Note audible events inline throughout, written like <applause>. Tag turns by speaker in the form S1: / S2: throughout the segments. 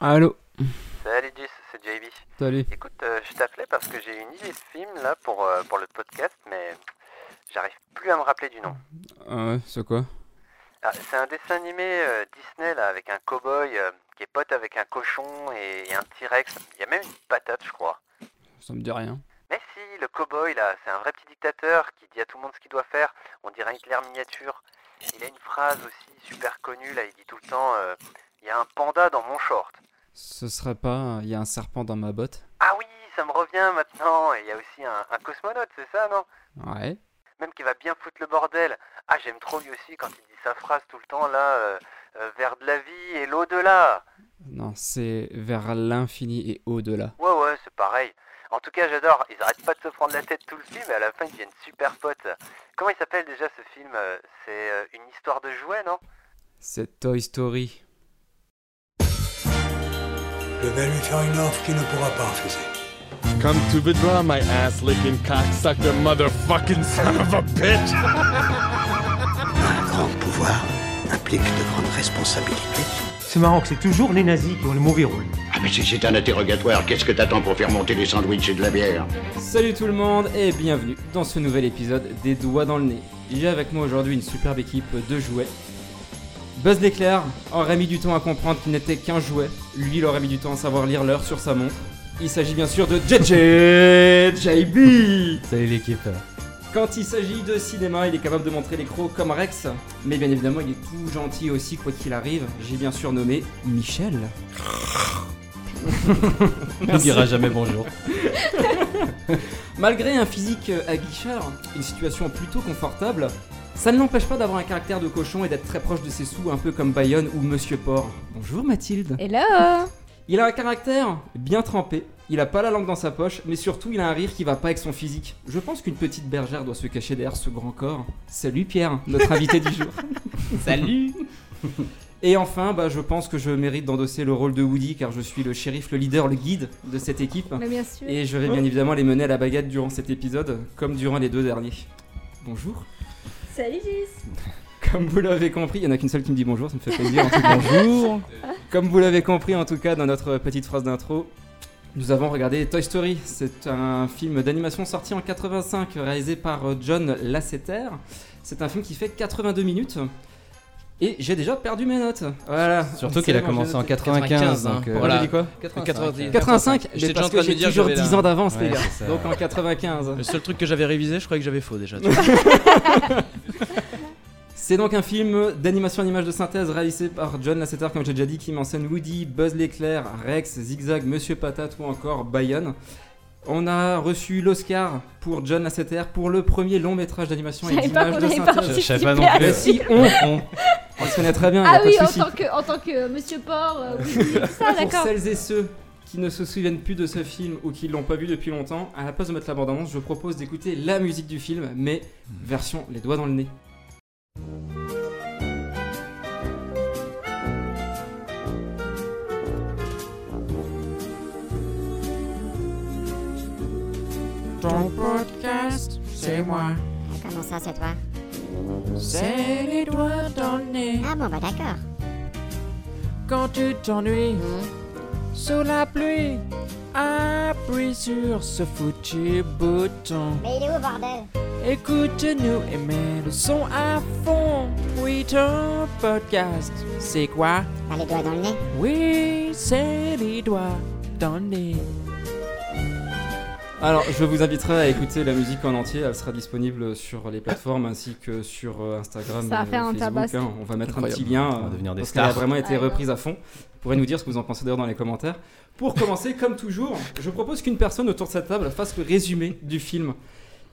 S1: Allô,
S2: Salut Jus, c'est JB.
S1: salut.
S2: Écoute, euh, je t'appelais parce que j'ai une idée de film là pour, euh, pour le podcast, mais j'arrive plus à me rappeler du nom.
S1: Ah ouais, c'est quoi
S2: Ah, c'est un dessin animé euh, Disney là avec un cow-boy euh, qui est pote avec un cochon et, et un T-Rex. Il y a même une patate, je crois.
S1: Ça me dit rien.
S2: Mais si, le cow-boy là, c'est un vrai petit dictateur qui dit à tout le monde ce qu'il doit faire. On dirait Hitler miniature. Il a une phrase aussi super connue là, il dit tout le temps euh, Il y a un panda dans mon short.
S1: Ce serait pas. Il y a un serpent dans ma botte
S2: Ah oui, ça me revient maintenant. Et il y a aussi un, un cosmonaute, c'est ça, non
S1: Ouais.
S2: Même qui va bien foutre le bordel. Ah, j'aime trop lui aussi quand il dit sa phrase tout le temps là, euh, euh, vers de la vie et l'au-delà.
S1: Non, c'est vers l'infini et au-delà.
S2: Ouais, ouais, c'est pareil. En tout cas, j'adore. Ils arrêtent pas de se prendre la tête tout le film et à la fin ils deviennent super potes. Comment il s'appelle déjà ce film euh, C'est euh, une histoire de jouet, non
S1: C'est Toy Story.
S3: Je vais lui faire une offre qu'il ne pourra pas refuser.
S4: Come to the draw, my ass licking cocksucker motherfucking <laughs> son of a bitch!
S5: Un grand pouvoir implique de grandes responsabilités.
S6: C'est marrant que c'est toujours les nazis qui ont le mauvais rôle.
S7: Ah mais si c'est un interrogatoire, qu'est-ce que t'attends pour faire monter des sandwichs et de la bière
S1: Salut tout le monde et bienvenue dans ce nouvel épisode des Doigts dans le nez. J'ai avec moi aujourd'hui une superbe équipe de jouets. Buzz l'éclair aurait mis du temps à comprendre qu'il n'était qu'un jouet. Lui, il aurait mis du temps à savoir lire l'heure sur sa montre. Il s'agit bien sûr de JJ JB
S8: Salut l'équipe.
S1: Quand il s'agit de cinéma, il est capable de montrer les crocs comme Rex, mais bien évidemment, il est tout gentil aussi, quoi qu'il arrive. J'ai bien sûr nommé Michel.
S8: Il dira jamais bonjour.
S1: Malgré un physique euh, aguicheur, une situation plutôt confortable, ça ne l'empêche pas d'avoir un caractère de cochon et d'être très proche de ses sous, un peu comme Bayonne ou Monsieur Porc. Bonjour Mathilde.
S9: Hello
S1: Il a un caractère bien trempé, il a pas la langue dans sa poche, mais surtout il a un rire qui va pas avec son physique. Je pense qu'une petite bergère doit se cacher derrière ce grand corps. Salut Pierre, notre invité du jour. Salut Et enfin, bah, je pense que je mérite d'endosser le rôle de Woody car je suis le shérif, le leader, le guide de cette équipe.
S9: Mais bien sûr.
S1: Et je vais bien évidemment les mener à la baguette durant cet épisode, comme durant les deux derniers. Bonjour.
S9: Salut Gis
S1: Comme vous l'avez compris, il y en a qu'une seule qui me dit bonjour, ça me fait plaisir. en tout cas.
S8: Bonjour.
S1: comme vous l'avez compris en tout cas dans notre petite phrase d'intro, nous avons regardé Toy Story. C'est un film d'animation sorti en 85, réalisé par euh, John Lasseter. C'est un film qui fait 82 minutes. Et j'ai déjà perdu mes notes. Voilà.
S8: Surtout
S1: C'est
S8: qu'il a
S1: bon,
S8: commencé
S1: j'ai
S8: en
S1: noté.
S8: 95.
S10: 95, hein.
S8: donc, euh,
S10: Voilà.
S1: Vous avez dit quoi
S10: 85.
S1: 85,
S10: J'étais
S1: mais
S10: déjà en
S1: parce
S10: train
S1: que
S10: de me
S1: j'ai
S10: dire que
S1: toujours
S10: j'avais
S1: 10
S10: la-
S1: ans d'avance,
S8: Ouais,
S1: les gars.
S8: c'est ça.
S1: Donc en 95.
S10: Le seul truc que j'avais révisé, je croyais que j'avais faux déjà. tu vois.
S1: C'est donc un film d'animation en images de synthèse réalisé par John Lasseter, comme j'ai déjà dit, qui met en scène Woody, Buzz l'éclair, Rex, Zigzag, Monsieur Patate ou encore Bayonne. On a reçu l'Oscar pour John Lasseter pour le premier long métrage d'animation
S9: Je
S1: et
S9: savais pas
S1: d'images
S9: qu'on
S1: de
S9: avait
S1: synthèse.
S8: Je savais pas
S9: participé
S8: non
S9: à
S8: plus.
S1: Mais si, on, on, on se connaît très bien, il y a
S9: Ah
S1: pas
S9: oui,
S1: de
S9: en
S1: souci.
S9: tant, que, en tant que monsieur Port, euh, oui,
S1: <laughs>
S9: tout ça,
S1: Pour
S9: d'accord.
S1: celles et ceux qui ne se souviennent plus de ce film ou qui l'ont pas vu depuis longtemps, à la place de mettre la bande-annonce, je propose d'écouter la musique du film, mais version les doigts dans le nez.
S11: Ton podcast, c'est moi.
S12: Comment ça, c'est toi
S11: C'est les doigts dans le nez.
S12: Ah bon, bah d'accord.
S11: Quand tu t'ennuies, sous la pluie, appuie sur ce foutu bouton.
S12: Mais il est où, bordel
S11: Écoute-nous et mets le son à fond. Oui, ton podcast, c'est quoi
S12: T'as les doigts dans le nez
S11: Oui, c'est les doigts dans le nez.
S1: Alors, je vous inviterai à écouter la musique en entier. Elle sera disponible sur les plateformes ainsi que sur euh, Instagram.
S9: Ça va
S1: et
S9: faire un
S1: Facebook,
S9: tabac.
S1: hein. On va mettre
S8: Incroyable.
S1: un petit lien. euh,
S8: On va devenir des
S1: parce qu'elle a
S8: stars.
S1: vraiment été
S9: Ouais.
S1: reprise à fond. Vous pourrez nous dire ce que vous en pensez d'ailleurs dans les commentaires. Pour commencer, comme toujours, je propose qu'une personne autour de cette table fasse le résumé du film.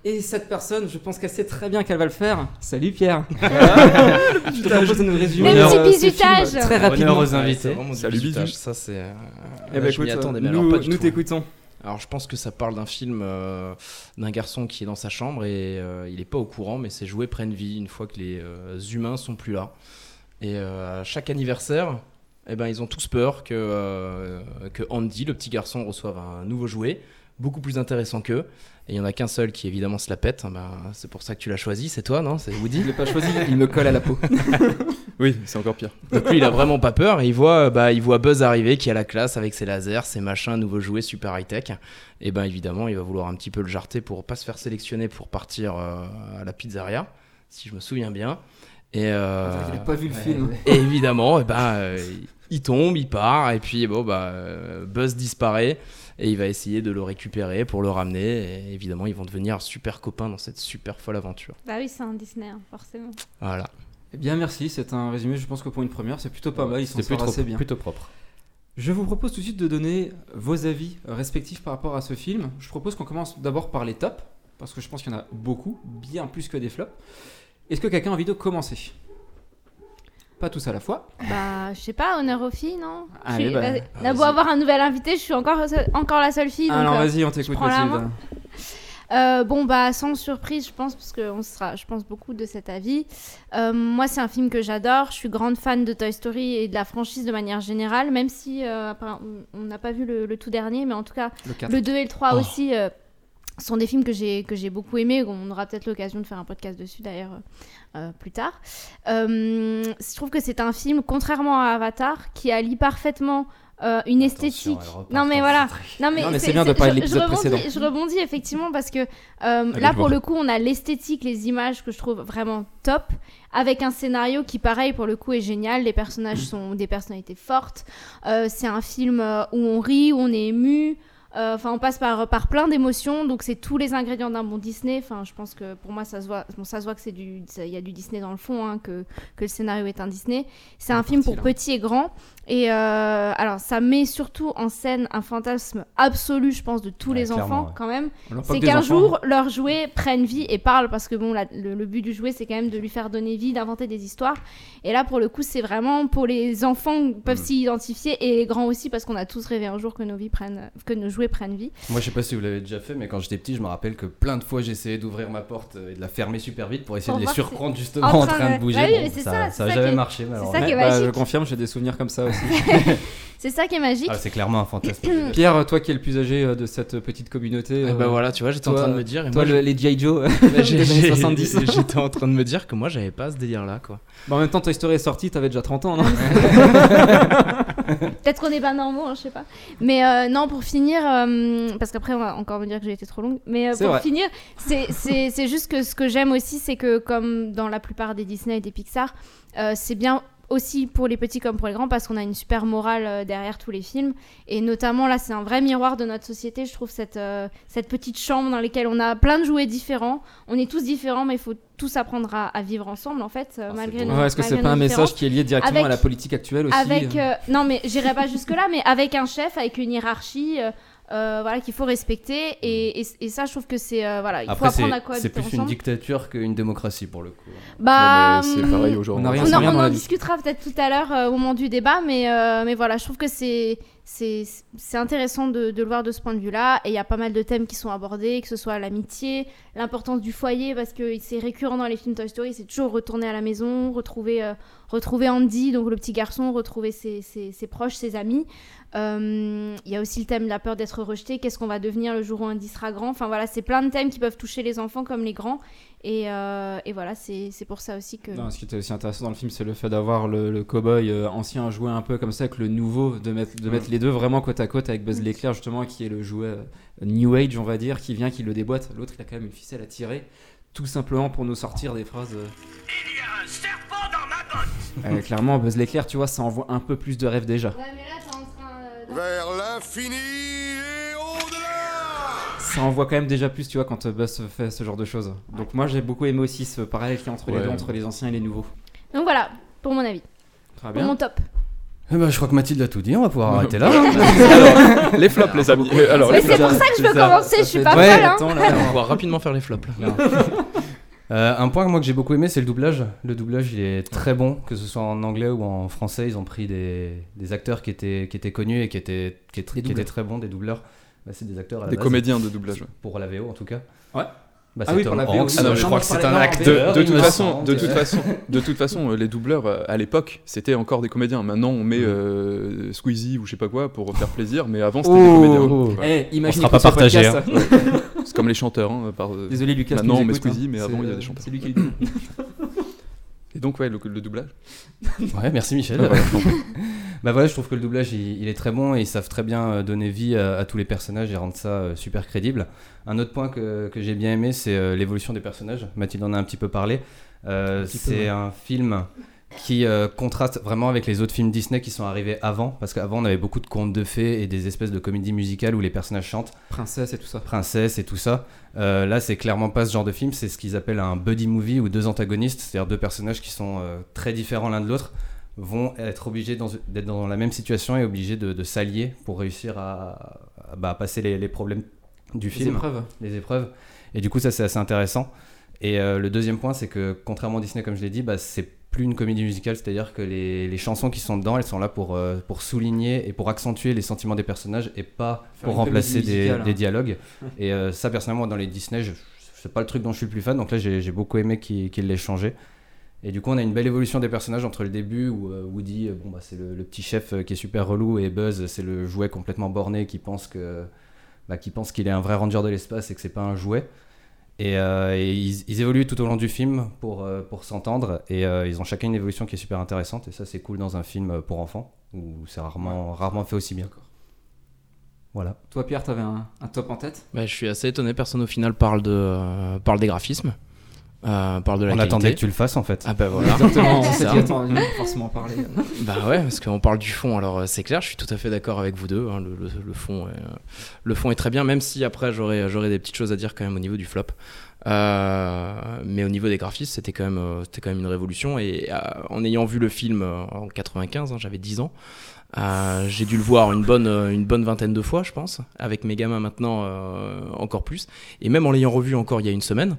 S1: Et cette personne, je pense qu'elle sait très bien qu'elle va le faire. Salut Pierre Je te propose de nous résumer
S9: Même
S1: euh,
S9: petit
S1: ce film
S9: bisutage.
S1: Très
S8: Honneur
S1: rapidement.
S8: aux
S10: C'est
S8: invités.
S10: vraiment du
S4: Salut,
S10: bizutage,
S4: Bidu.
S10: Ça c'est. euh,
S1: Eh
S10: là,
S1: ben,
S10: je m'y
S1: écoute,
S10: attendais, mais alors
S1: nous
S10: pas du
S1: nous
S10: tout. hein.
S1: t'écoutons.
S10: Alors je pense que ça parle d'un film euh, d'un garçon qui est dans sa chambre et euh, il est pas au courant, mais ses jouets prennent vie une fois que les euh, humains sont plus là. Et euh, à chaque anniversaire, eh ben ils ont tous peur que euh, que Andy, le petit garçon, reçoive un nouveau jouet beaucoup plus intéressant qu'eux. Et il y en a qu'un seul qui évidemment se la pète. Ah bah, c'est pour ça que tu l'as choisi, c'est toi, non C'est Woody.
S1: Je l'ai pas choisi, il me colle à la peau.
S10: oui, c'est encore pire. Donc lui, il a vraiment pas peur. Et il voit, bah, il voit Buzz arriver, qui a la classe avec ses lasers, ses machins, nouveaux jouets super high tech. Et ben évidemment, il va vouloir un petit peu le jarter pour pas se faire sélectionner pour partir euh, à la pizzeria, si je me souviens bien. Et euh,
S1: Attends, il a pas vu le film.
S10: Et évidemment, et ben, euh, il tombe, il part, et puis bon, bah, euh, Buzz disparaît, et il va essayer de le récupérer pour le ramener. Et évidemment, ils vont devenir super copains dans cette super folle aventure.
S9: Bah oui, c'est un Disney, hein, forcément.
S10: Voilà.
S1: Eh bien, merci. C'est un résumé. Je pense que pour une première, c'est plutôt pas mal. Ils s'en
S4: C'était
S1: sortent
S4: plutôt-
S1: assez bien.
S4: plutôt propre.
S1: Je vous propose tout de suite de donner vos avis respectifs par rapport à ce film. Je propose qu'on commence d'abord par les tops, parce que je pense qu'il y en a beaucoup, bien plus que des flops. Est-ce que quelqu'un a envie de commencer Pas tous à la fois.
S9: Bah, je sais pas, honneur aux filles, non Je
S1: Allez,
S9: suis-
S1: bah,
S9: vas-y. On a beau
S1: vas-y. Ah,
S9: avoir un nouvel invité, je suis encore, encore la seule fille. donc,
S1: Alors
S9: euh,
S1: vas-y, on
S9: je
S1: t'écoute,
S9: prends la
S1: Mathilde.
S9: main. Euh, bon bah sans surprise je pense parce que on sera je pense beaucoup de cet avis. Euh, moi c'est un film que j'adore, je suis grande fan de Toy Story et de la franchise de manière générale même si euh, après, on- on n'a pas vu le, le tout dernier mais en tout cas
S13: Le quatre.
S9: le 2 et le 3
S13: Oh.
S9: aussi euh, sont des films que j'ai que j'ai beaucoup aimés. On aura peut-être l'occasion de faire un podcast dessus d'ailleurs euh, euh, plus tard. Euh, je trouve que c'est un film, contrairement à Avatar, qui allie parfaitement euh, une esthétique.
S1: repart
S9: Non mais voilà. Non mais,
S1: Non, mais c'est
S9: c'est-
S1: bien de
S9: c'est-
S1: parler de
S9: je-
S1: l'épisode
S9: je rebondis-
S1: précédent.
S9: Je rebondis effectivement parce que euh,
S1: bien
S9: là
S1: de
S9: pour
S1: voir.
S9: le coup on a l'esthétique, les images que je trouve vraiment top, avec un scénario qui pareil pour le coup est génial. Les personnages sont des personnalités fortes. Euh, c'est un film euh, où on rit, où on est ému. Euh, Enfin, on passe par, par plein d'émotions, donc c'est tous les ingrédients d'un bon Disney. Enfin, je pense que pour moi, ça se voit, bon, ça se voit que c'est du, ça- il y a du Disney dans le fond, hein, que, que le scénario est un Disney. C'est un film pour
S13: là.
S9: petits et grands, et euh, alors ça met surtout en scène un fantasme absolu, je pense, de tous les
S13: clairement,
S9: enfants
S13: ouais.
S9: quand même.
S13: On leur
S9: C'est
S13: parle des
S9: qu'un
S13: enfants,
S9: jour, leurs jouets prennent vie et parlent, parce que bon, la- le, le but du jouet, c'est quand même de lui faire donner vie, d'inventer des histoires. Et là, pour le coup, c'est vraiment pour les enfants qui peuvent s'y identifier et les grands aussi, parce qu'on a tous rêvé un jour que nos vies prennent, que nos jouets prennent vie.
S4: Moi, je sais pas si vous l'avez déjà fait, mais quand j'étais petit, je me rappelle que plein de fois j'essayais d'ouvrir ma porte euh, et de la fermer super vite pour essayer
S9: Pour
S4: de les
S9: voir si-
S4: surprendre justement en train de bouger.
S9: Bah oui,
S4: Bon,
S9: mais c'est
S4: ça
S9: ça,
S4: ça
S9: c'est
S4: a
S9: ça
S4: jamais
S9: qui est-
S4: marché,
S9: c'est ça
S4: malheureusement.
S9: qui est
S1: Bah, je
S9: magique.
S1: confirme, j'ai des souvenirs comme ça aussi.
S9: <laughs> C'est ça qui est magique.
S4: Ah, c'est clairement un
S9: <laughs>
S10: Bah,
S4: fantasme.
S1: Pierre, toi qui es le plus âgé euh, de cette petite communauté.
S10: Eh ben
S1: euh,
S10: voilà, tu vois, j'étais en
S1: toi-
S10: train de me dire. et
S1: Toi,
S10: moi,
S1: le-
S10: je-
S1: les G.I. Joe
S10: Bah,
S1: des <laughs>
S10: j'ai-
S1: années
S10: j'ai-
S1: 70.
S10: <laughs> J'étais en train de me dire que moi, j'avais pas ce délire-là, quoi.
S1: Bah, en même temps, Toy Story est sorti, t'avais déjà 30 ans, non
S9: Peut-être qu'on n'est pas normaux, hein, je sais pas. Mais euh, non, pour finir, euh, parce qu'après on va encore me dire que j'ai été trop longue, mais euh,
S13: C'est
S9: pour
S13: vrai.
S9: finir, c'est- c'est c'est juste que ce que j'aime aussi, c'est que comme dans la plupart des Disney et des Pixar, euh, c'est bien aussi pour les petits comme pour les grands parce qu'on a une super morale euh, derrière tous les films et notamment là c'est un vrai miroir de notre société je trouve cette, euh, cette petite chambre dans laquelle on a plein de jouets différents on est tous différents mais il faut tous apprendre à, à vivre ensemble en fait
S13: Ah,
S9: euh, malgré nos-
S1: Ouais, Est-ce que c'est
S9: malgré
S1: pas
S9: nos
S1: un message
S9: différences.
S1: qui est lié directement à
S9: Avec-
S1: la politique actuelle aussi
S9: avec
S4: hein.
S9: euh, non mais j'irai pas jusque là mais avec un chef avec une hiérarchie euh, euh, voilà qu'il faut respecter et, et- et ça je trouve que c'est euh, voilà il
S4: Mm. Après,
S9: faut apprendre
S4: c'est-
S9: à quoi
S4: c'est plus une dictature qu'une démocratie pour le coup.
S9: bah
S4: Ouais, mais c'est
S9: hum,
S4: pareil aujourd'hui.
S9: on,
S4: On a rien
S9: en-
S4: sans rien
S9: on
S4: dans
S9: en
S4: la vie.
S9: discutera peut-être tout à l'heure euh, au moment du débat mais euh, mais voilà je trouve que c'est c'est c'est intéressant de, de le voir de ce point de vue là et il y a pas mal de thèmes qui sont abordés que ce soit l'amitié l'importance du foyer parce que c'est récurrent dans les films Toy Story c'est toujours retourner à la maison retrouver euh, retrouver Andy donc le petit garçon retrouver ses, ses- ses proches ses amis Euh, il y a aussi le thème de la peur d'être rejeté qu'est-ce qu'on va devenir le jour où Andy sera grand enfin voilà c'est plein de thèmes qui peuvent toucher les enfants comme les grands et, euh, et voilà c'est c'est pour ça aussi que
S1: Non, ce qui était aussi intéressant dans le film, c'est le fait d'avoir le, le cow-boy euh, ancien jouer un peu comme ça avec le nouveau, de mettre, de mettre les deux vraiment côte à côte avec
S9: Mm.
S1: Buzz l'éclair, justement, qui est le jouet euh, New Age, on va dire, qui vient, qui le déboîte. L'autre, il a quand même une ficelle à tirer, tout simplement pour nous sortir des phrases. euh, euh, clairement, Buzz l'éclair, tu vois, ça envoie un peu plus de rêve déjà.
S9: euh,
S14: Vers l'infini et au-delà
S1: Ça envoie quand même déjà plus, tu vois, quand euh, Buzz fait ce genre de choses. Donc, moi, j'ai beaucoup aimé aussi ce parallèle qui entre les
S4: Ouais.
S1: deux, entre les anciens et les nouveaux.
S9: Donc voilà, pour mon avis.
S1: Très
S9: Pour mon top.
S4: Eh ben, je crois que Mathilde a tout dit, on va pouvoir arrêter
S10: <laughs>
S4: là.
S10: Ah,
S4: hein.
S10: Alors, les flops, les amis. Mais alors,
S9: Mais c'est pour ça que je veux commencer, je suis pas folle. hein.
S10: <laughs> on va pouvoir rapidement faire les flops. là.
S4: <laughs> Euh, un point moi que j'ai beaucoup aimé, c'est le doublage. Le doublage, il est très bon, que ce soit en anglais ou en français. Ils ont pris des, des acteurs qui étaient, qui étaient connus et qui étaient, qui étaient- qui étaient
S15: doubleurs.
S10: Ah,
S4: très bons, des doubleurs. Bah, c'est des acteurs à la
S15: Des
S4: base.
S15: comédiens de doublage, ouais.
S4: Pour la VO en tout cas.
S1: Ouais.
S11: Bah,
S16: Ah
S11: c'est
S16: oui, pour
S11: Tom
S16: la VO,
S11: Hanks.
S16: oui. Ah non, mais
S4: Je crois que c'est un
S16: Ah
S4: acteur. De, de toute façon, de toute façon, de toute façon, euh, les doubleurs euh, à l'époque, c'était encore des comédiens. Maintenant, on
S10: Mm.
S4: met euh, Squeezie ou je sais pas quoi pour faire plaisir, mais avant, c'était des
S16: Oh.
S4: comédiens.
S16: Eh, imagine
S4: on sera pas
S16: écoute ce
S4: partagé.
S16: podcast.
S4: hein. c'est comme les chanteurs. hein, par-
S16: Désolé, Lucas,
S4: Maintenant,
S16: tu nous
S4: on met
S16: écoutes,
S4: Squeezie,
S16: hein.
S4: mais
S16: C'est,
S4: avant, il y a
S16: euh,
S4: des chanteurs.
S16: c'est lui qui le dit.
S4: Et donc, ouais, le, le doublage.
S11: <laughs> Ouais, merci Michel.
S4: Ah, voilà.
S11: bah voilà, je trouve que le doublage il, il est très bon et ils savent très bien euh, donner vie à, à tous les personnages et rendre ça euh, super crédible. Un autre point que, que j'ai bien aimé, c'est euh, l'évolution des personnages. Mathilde en a un petit peu parlé. Euh,
S16: petit peu,
S11: c'est
S16: ouais.
S11: un film qui euh, contraste vraiment avec les autres films Disney qui sont arrivés avant, parce qu'avant on avait beaucoup de contes de fées et des espèces de comédies musicales où les personnages chantent.
S16: Princesse et tout ça.
S11: Princesse et tout ça. Euh, là, c'est clairement pas ce genre de film, c'est ce qu'ils appellent un buddy movie ou deux antagonistes, c'est-à-dire deux personnages qui sont euh, très différents l'un de l'autre, vont être obligés dans- d'être dans la même situation et obligés de, de s'allier pour réussir à, à- bah, à passer les, les problèmes du
S16: Les
S11: film.
S16: épreuves.
S11: Les épreuves. Et du coup, ça, c'est assez intéressant. Et euh, le deuxième point, c'est que contrairement à Disney, comme je l'ai dit, bah, c'est plus une comédie musicale, c'est-à-dire que les, les chansons qui sont dedans, elles sont là pour, euh, pour souligner et pour accentuer les sentiments des personnages et pas
S16: Faire
S11: pour
S16: une comédie
S11: remplacer des,
S16: musicale, hein.
S11: des dialogues. <laughs>
S16: Ouais.
S11: Et euh, ça, personnellement, dans les Disney, je- je- c'est pas le truc dont je suis le plus fan, donc là, j'ai j'ai beaucoup aimé qu'ils qu'ils l'aient changé. Et du coup, on a une belle évolution des personnages entre le début où euh, Woody, euh, bon, bah, c'est le, le petit chef euh, qui est super relou, et Buzz, c'est le jouet complètement borné qui pense que bah, qui pense qu'il est un vrai ranger de l'espace et que c'est pas un jouet. Et, euh, et ils, ils évoluent tout au long du film pour, euh, pour s'entendre, et euh, ils ont chacun une évolution qui est super intéressante, et ça, c'est cool dans un film euh, pour enfants, où c'est rarement, rarement fait aussi bien. Voilà.
S16: Toi, Pierre, t'avais un, un top en tête
S10: Ouais, Bah, je suis assez étonné, personne au final parle, de, euh, parle des graphismes. euh, parle de la
S11: On
S10: qualité.
S11: attendait que tu le fasses, en fait.
S10: Ah
S11: <laughs>
S10: bah voilà.
S16: Exactement, on
S10: C'est
S16: s'est
S10: ça.
S16: dit, attends, il va forcément en parler.
S10: Bah ouais, parce qu'on parle du fond, alors euh, c'est clair, je suis tout à fait d'accord avec vous deux. hein, le, le- le fond est, euh, le fond est très bien, même si après j'aurais euh, j'aurais des petites choses à dire quand même au niveau du flop. Euh, mais au niveau des graphismes, c'était quand, même, euh, c'était quand même une révolution. Et euh, en ayant vu le film euh, en 95, hein, j'avais 10 ans, euh, j'ai dû le voir une bonne, euh, une bonne vingtaine de fois, je pense, avec mes gamins maintenant euh, encore plus. Et même en l'ayant revu encore il y a une semaine,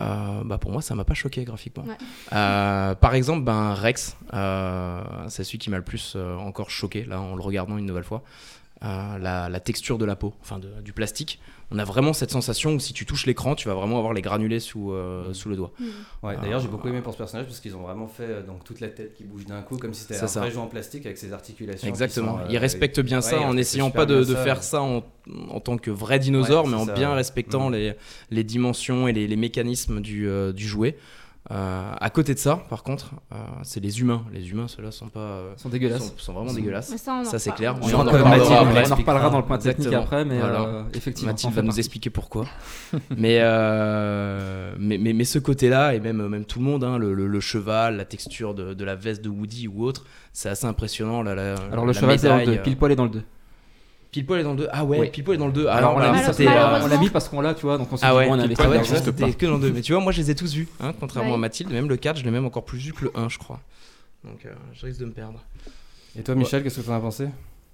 S10: euh, bah pour moi, ça m'a pas choqué graphiquement.
S9: Ouais.
S10: Euh, par exemple, ben, Rex, euh, c'est celui qui m'a le plus euh, encore choqué là en le regardant une nouvelle fois. Euh, la, la texture de la peau, enfin de- du plastique. On a vraiment cette sensation où si tu touches l'écran, tu vas vraiment avoir les granulés sous, euh,
S11: Mmh.
S10: sous le doigt.
S11: Ouais, d'ailleurs, j'ai
S10: Euh,
S11: beaucoup aimé pour ce personnage parce qu'ils ont vraiment fait euh, donc toute la tête qui bouge d'un coup, comme si c'était
S10: C'est
S11: un
S10: ça.
S11: vrai jeu en plastique avec ses articulations. qui
S10: Exactement.
S11: sont, euh,
S10: ils respectent bien
S11: ouais,
S10: ça
S11: ils
S10: en
S11: respectent
S10: essayant
S11: super
S10: pas de,
S11: bien
S10: de faire ça en, en tant que vrai dinosaure,
S11: Ouais,
S10: mais
S11: c'est
S10: en
S11: ça,
S10: bien
S11: ouais. Mmh.
S10: respectant les, les dimensions et les, les mécanismes du, euh, du jouet. Euh, à côté de ça, par contre, euh, c'est les humains. Les humains, ceux-là sont pas euh,
S16: Sont dégueulasses.
S10: sont, sont vraiment
S16: Sont-
S10: dégueulasses.
S16: Mais ça, on en
S10: c'est
S16: reparle.
S10: clair.
S16: On en reparlera dans- on en reparlera dans le point technique après, mais, euh, effectivement, ça en
S10: Mathilde
S16: fait
S10: va nous
S16: partie.
S10: expliquer pourquoi. <laughs> mais, euh, mais, mais, mais ce côté-là, et même, même tout le monde, hein, le, le- le cheval, la texture de, de la veste de Woody ou autre, c'est assez impressionnant. là, la-
S16: Alors, le
S10: la
S16: cheval, c'est dans le
S10: médaille,
S16: 2. Pile poil est dans le 2.
S10: Pile poil est dans le 2. Ah ouais,
S16: Oui.
S10: pile poil est dans le 2.
S16: Alors,
S10: Alors,
S16: on l'a
S10: là,
S16: mis, ça,
S10: c'était,
S16: c'est-
S10: euh,
S16: on l'a mis parce qu'on l'a, tu vois, donc on s'est
S10: ah
S16: dit,
S10: ouais,
S16: bon, on avait
S10: pile
S16: pas
S10: poil,
S16: d'argent.
S10: c'était que dans le 2. Mais tu vois, moi je les ai tous vus, hein, contrairement
S16: Ouais.
S10: à Mathilde, même le 4, je l'ai même encore plus vu que le 1, je crois. Donc euh, je risque de me perdre.
S11: Et toi, Michel, qu'est-ce que t'en as pensé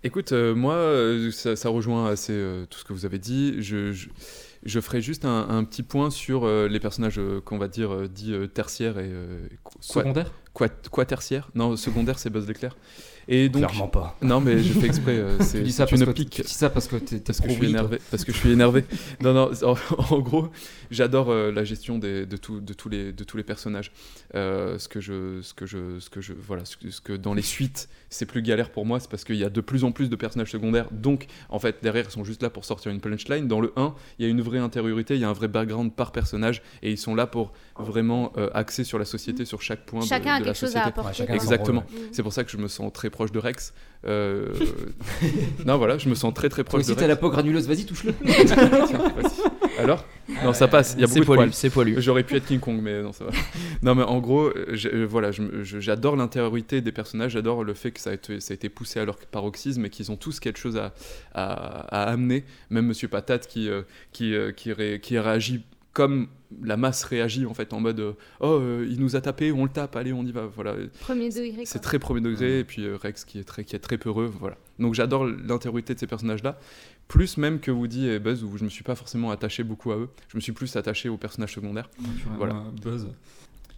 S4: Écoute, euh, moi, euh, ça, ça rejoint assez euh, tout ce que vous avez dit. Je, je, je ferai juste un, un petit point sur euh, les personnages euh, qu'on va dire euh, dits euh, tertiaires et euh, qu- quoi-
S16: Secondaires
S4: quoi, quoi tertiaire Non, secondaire, c'est Buzz l'éclair. Et donc,
S11: Clairement pas.
S4: Non, mais je fais exprès. euh,
S10: <laughs>
S16: Tu
S4: c'est
S16: dis ça
S4: c'est
S16: parce
S4: une
S16: que-
S4: pique.
S16: tu dis ça parce que t'es- t'es
S4: Parce que je
S16: pro
S4: suis
S16: Wii, Oh toi.
S4: énervé. Parce que je suis énervé. <laughs> non, non. En, en gros, j'adore euh, la gestion des, de, tout- de tous les de tous les personnages. Euh, ce que je ce que je ce que je voilà ce, que- ce que dans les suites c'est plus galère pour moi, c'est parce qu'il y a de plus en plus de personnages secondaires. Donc en fait derrière ils sont juste là pour sortir une punchline. Dans le 1, il y a une vraie intériorité, il y a un vrai background par personnage et ils sont là pour vraiment euh, axer sur la société, sur chaque point de-
S9: Chacun a
S4: de la
S9: quelque chose à
S4: société.
S9: apporter. Ouais, chacun a son
S4: Exactement.
S9: rôle, ouais.
S4: C'est pour ça que je me sens très proche de Rex.
S9: <laughs>
S4: Euh, non voilà, je me sens très très
S16: Toi
S4: proche
S16: aussi,
S4: de
S16: t'as
S4: Rex.
S16: la peau granuleuse, vas-y, touche-le.
S4: Tiens, voici. Alors Non, ça passe. Il y a
S10: C'est
S4: beaucoup de
S10: poilu,
S4: poils.
S10: c'est poilu.
S4: J'aurais pu être King Kong, mais non, ça va. Non, mais en gros, euh, j'ai- euh, voilà, je me- je- j'adore l'intériorité des personnages. J'adore le fait que ça a été, ça a été poussé à leur paroxysme et qu'ils ont tous quelque chose à, à- à amener. Même Monsieur Patate qui, euh, qui, euh, qui, ré- qui réagit comme la masse réagit en fait en mode euh, oh euh, il nous a tapé on le tape allez on y va voilà
S9: Premier degré,
S4: c'est
S9: quoi.
S4: très premier degré et puis euh, Rex qui est très qui est très peureux voilà donc j'adore l'intériorité de ces personnages là plus même que Woody et Buzz où je me suis pas forcément attaché beaucoup à eux je me suis plus attaché aux personnages secondaires voilà
S16: Buzz.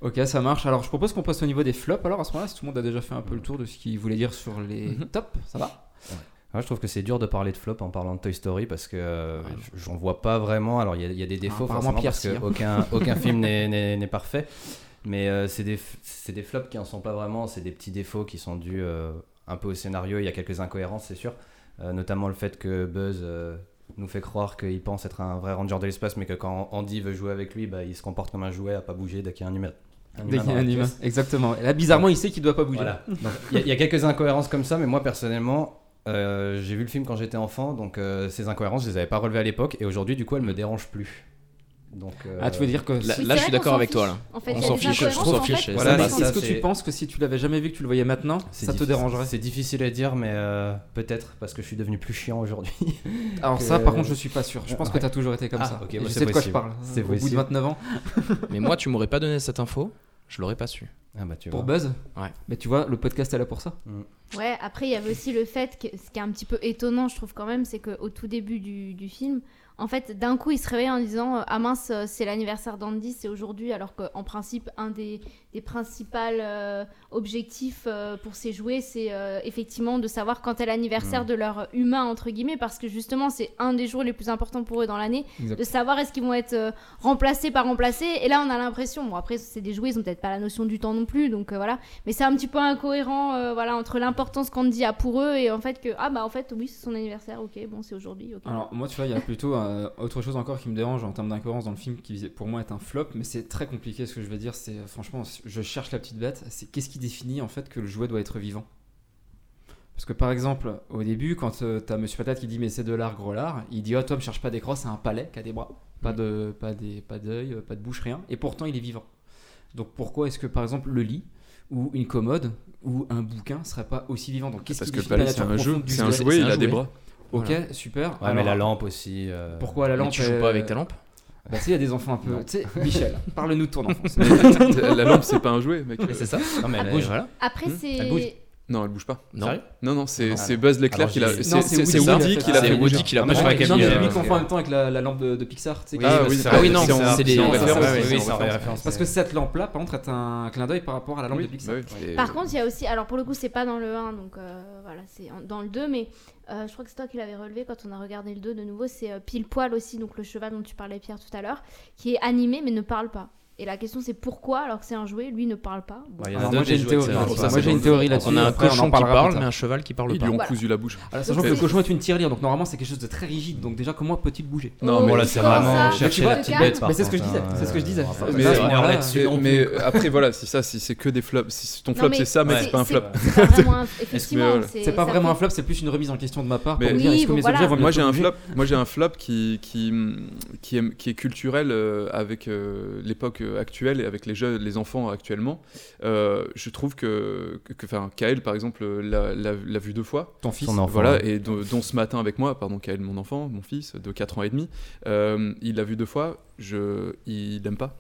S16: Ok, ça marche. Alors, je propose qu'on
S10: Mhm.
S16: passe au niveau des flops. Alors, à ce moment-là, si tout le monde a déjà fait un peu le tour de ce qu'il voulait dire sur les tops, ça va
S11: Ouais, Ah, je trouve que c'est dur de parler de flop en parlant de Toy Story parce que euh,
S16: Ah,
S11: j'en vois pas vraiment. Alors il y, a- il y a des défauts
S10: apparemment,
S11: forcément
S10: Pierre,
S11: parce
S10: si, hein.
S16: <laughs>
S11: qu'aucun aucun film n'est- n'est n'est parfait. Mais euh, c'est des, f- c'est des flops qui en sont pas vraiment. C'est des petits défauts qui sont dus euh, un peu au scénario. Il y a quelques incohérences, c'est sûr. Euh, notamment le fait que Buzz euh, nous fait croire qu'il pense être un vrai ranger de l'espace, mais que quand Andy veut jouer avec lui, bah, il se comporte comme un jouet à pas bouger dès qu'il y a un humain.
S16: Dès qu'il y a
S11: dans la
S16: un humain,
S11: pièce.
S16: exactement. Et là, bizarrement, il sait qu'il doit pas bouger.
S11: Voilà. Donc, Il y, a- il y a quelques incohérences comme ça, mais moi personnellement, euh, j'ai vu le film quand j'étais enfant, donc euh, ces incohérences, je les avais pas relevées à l'époque, et aujourd'hui, du coup, elles me dérangent plus. Donc, euh,
S16: Ah, tu veux dire que
S10: Là- Oui, là, c'est je suis vrai d'accord qu'on avec s'en toi, là. fiche. En fait, On il y a s'en des fiche, je incohérences, trouve en s'en fait. fiche, et
S16: Voilà,
S10: ça
S16: mais
S10: passe.
S16: est-ce que
S10: Ça,
S16: tu
S10: c'est-
S16: penses que si tu l'avais jamais vu, que tu le voyais maintenant,
S11: c'est
S16: ça te
S11: difficile-
S16: dérangerait
S11: C'est difficile à dire, mais euh, peut-être parce que je suis devenu plus chiant aujourd'hui. <laughs>
S16: Alors
S11: Que-
S16: ça, par contre, je suis pas sûr. Je pense que
S11: Ouais.
S16: t'as toujours été comme
S11: Ah,
S16: ça.
S11: ok,
S16: Et
S11: bah,
S16: je
S11: c'est
S16: sais de quoi je
S11: possible.
S16: parle.
S11: C'est
S16: Au bout de
S11: possible.
S16: 29 ans.
S10: Mais moi, tu m'aurais pas donné cette info, je l'aurais pas su.
S11: Ah bah, tu
S16: Pour
S11: vois.
S16: Buzz
S10: Ouais.
S16: Mais tu vois, le podcast est là pour ça.
S9: Ouais, après, il y avait aussi le fait que ce qui est un petit peu étonnant, je trouve quand même, c'est qu'au tout début du, du film, en fait, d'un coup, il se réveille en disant euh, Ah mince, euh, c'est l'anniversaire d'Andy, c'est aujourd'hui, alors qu'en principe, un des, des principaux euh, objectifs euh, pour ces jouets, c'est euh, effectivement de savoir quand est l'anniversaire
S1: Mm.
S9: de leur humain, entre guillemets, parce que justement, c'est un des jours les plus importants pour eux dans l'année,
S1: Exact.
S9: de savoir est-ce qu'ils vont être euh, remplacés par remplacés. Et là, on a l'impression, bon, après, c'est des jouets, ils ont peut-être pas la notion du temps non plus, donc euh, voilà, mais c'est un petit peu incohérent euh, voilà, entre l'importance qu'Andy a pour eux et en fait que, ah bah en fait, oui, c'est son anniversaire, ok, bon, c'est aujourd'hui, ok.
S1: Alors moi tu vois il y a plutôt euh, autre chose encore qui me dérange en termes d'incohérence dans le film qui pour moi est un flop mais c'est très compliqué ce que je vais dire c'est euh, franchement je cherche la petite bête c'est qu'est-ce qui définit en fait que le jouet doit être vivant parce que par exemple au début quand euh, t'as Monsieur Patate qui dit mais c'est de l'art gros lard il dit oh toi me cherche pas des crocs c'est un palais qui a des bras pas de pas des pas d'œil euh, pas de bouche rien et pourtant il est vivant donc pourquoi est-ce que par exemple le lit ou une commode ou un bouquin serait pas aussi vivant donc qu'est-ce
S4: Parce
S1: qui
S4: que le
S1: définit la
S4: palais, c'est
S1: nature
S4: un jeu,
S1: profonde du
S4: c'est un
S1: jouet
S4: jouet,
S1: C'est
S4: il a des bras.
S1: Ok,
S4: Voilà.
S1: super.
S11: Ouais, mais la lampe aussi, euh,
S1: Pourquoi la
S11: mais
S1: lampe
S11: tu joues
S1: euh,
S11: pas avec ta lampe
S1: Bah, tu sais, il y a des enfants un peu.
S11: Non.
S1: Tu sais, Michel, parle-nous de ton enfance.
S4: La lampe, c'est pas un jouet, mec.
S1: Mais c'est ça.
S4: Non, mais elle
S1: Bouge.
S4: est- voilà.
S9: Après,
S4: Hmm.
S9: c'est.
S4: Elle bouge. Non, elle bouge pas.
S10: Non. Sérieux
S4: Non, non, c'est
S10: Ah,
S4: c'est
S10: non.
S4: Buzz l'éclair
S10: Alors,
S4: qui l'a.
S10: j'ai-
S4: C'est
S10: Non,
S4: c'est- c'est Woody qui l'a fait.
S10: Woody
S4: bouger.
S10: qui l'a
S4: Ah,
S10: pas
S4: mais je
S10: fait.
S4: croyais qu'elle
S1: Non, mais
S4: bougeait.
S1: lui confond en même temps avec la, la lampe de, de Pixar. tu sais,
S10: Oui,
S1: qui-
S10: ah oui, c'est Ah oui, vrai, non, c'est en- c'est c'est en en référence,
S1: ouais,
S10: oui,
S1: c'est
S10: oui, c'est en
S11: référence.
S1: Parce que cette lampe-là, par contre, est un clin d'œil par rapport à la lampe de Pixar.
S4: bah
S9: Par contre, il y a aussi. Alors pour le coup, c'est pas dans le 1, donc euh, voilà, c'est en- dans le 2, mais euh, je crois que c'est toi qui l'avais relevé quand on a regardé le 2 de nouveau. C'est euh, pile poil aussi, donc le cheval dont tu parlais, Pierre, tout à l'heure, qui est animé mais ne parle pas. Et la question, c'est pourquoi, alors que c'est un jouet, lui ne parle pas Bon.
S10: Ouais, Bah, il y en a
S1: Alors,
S10: deux
S1: Moi, j'ai
S10: des
S1: une
S10: jouets qui
S1: théorie
S10: servent
S1: là-dessus.
S10: pour ça,
S1: Moi, j'ai
S10: c'est
S1: une
S10: bon.
S1: théorie là-dessus.
S10: On a un
S1: Après,
S10: cochon qui
S1: parlera
S10: parle,
S1: plus tard.
S10: mais un cheval qui parle
S4: Ils
S10: pas.
S4: lui ont
S10: Voilà.
S4: cousu la bouche.
S1: Alors, sachant que le cochon est une tirelire, donc normalement c'est quelque chose de très rigide, donc déjà comment peut-il bouger
S4: Non, mais-
S9: Ah,
S1: Mais tu vois, Mais c'est ce que je disais, c'est ce que je disais.
S4: Mais,
S1: Ça, voilà.
S4: mais- mais après, voilà, si ça, si c'est que des flops, si ton
S1: Non,
S4: flop
S1: mais
S4: c'est ça, mais
S1: c'est-
S4: c'est pas un
S1: c'est-
S4: flop.
S1: <laughs> c'est pas vraiment un-
S4: Mais
S1: effectivement,
S4: voilà.
S1: c'est- C'est pas ça vraiment fait- un flop, c'est plus une remise en question de ma part pour
S4: Mais-
S1: me dire, Oui, est-ce que bon, mes objets voilà. vont
S4: Moi
S1: bientôt
S4: j'ai un
S1: bouger
S4: flop, moi j'ai un flop qui qui qui est, qui est culturel euh, avec euh, l'époque euh, actuelle et avec les jeunes, les enfants actuellement. Euh, je trouve que que- que enfin Kael par exemple euh, l'a l'a- l'a vu deux fois.
S11: Ton fils. Son enfant,
S4: Voilà
S11: ouais.
S4: et do- dont ce matin avec moi, pardon Kael mon enfant, mon fils de 4 ans et demi, euh, il l'a vu deux fois. Je il aime pas.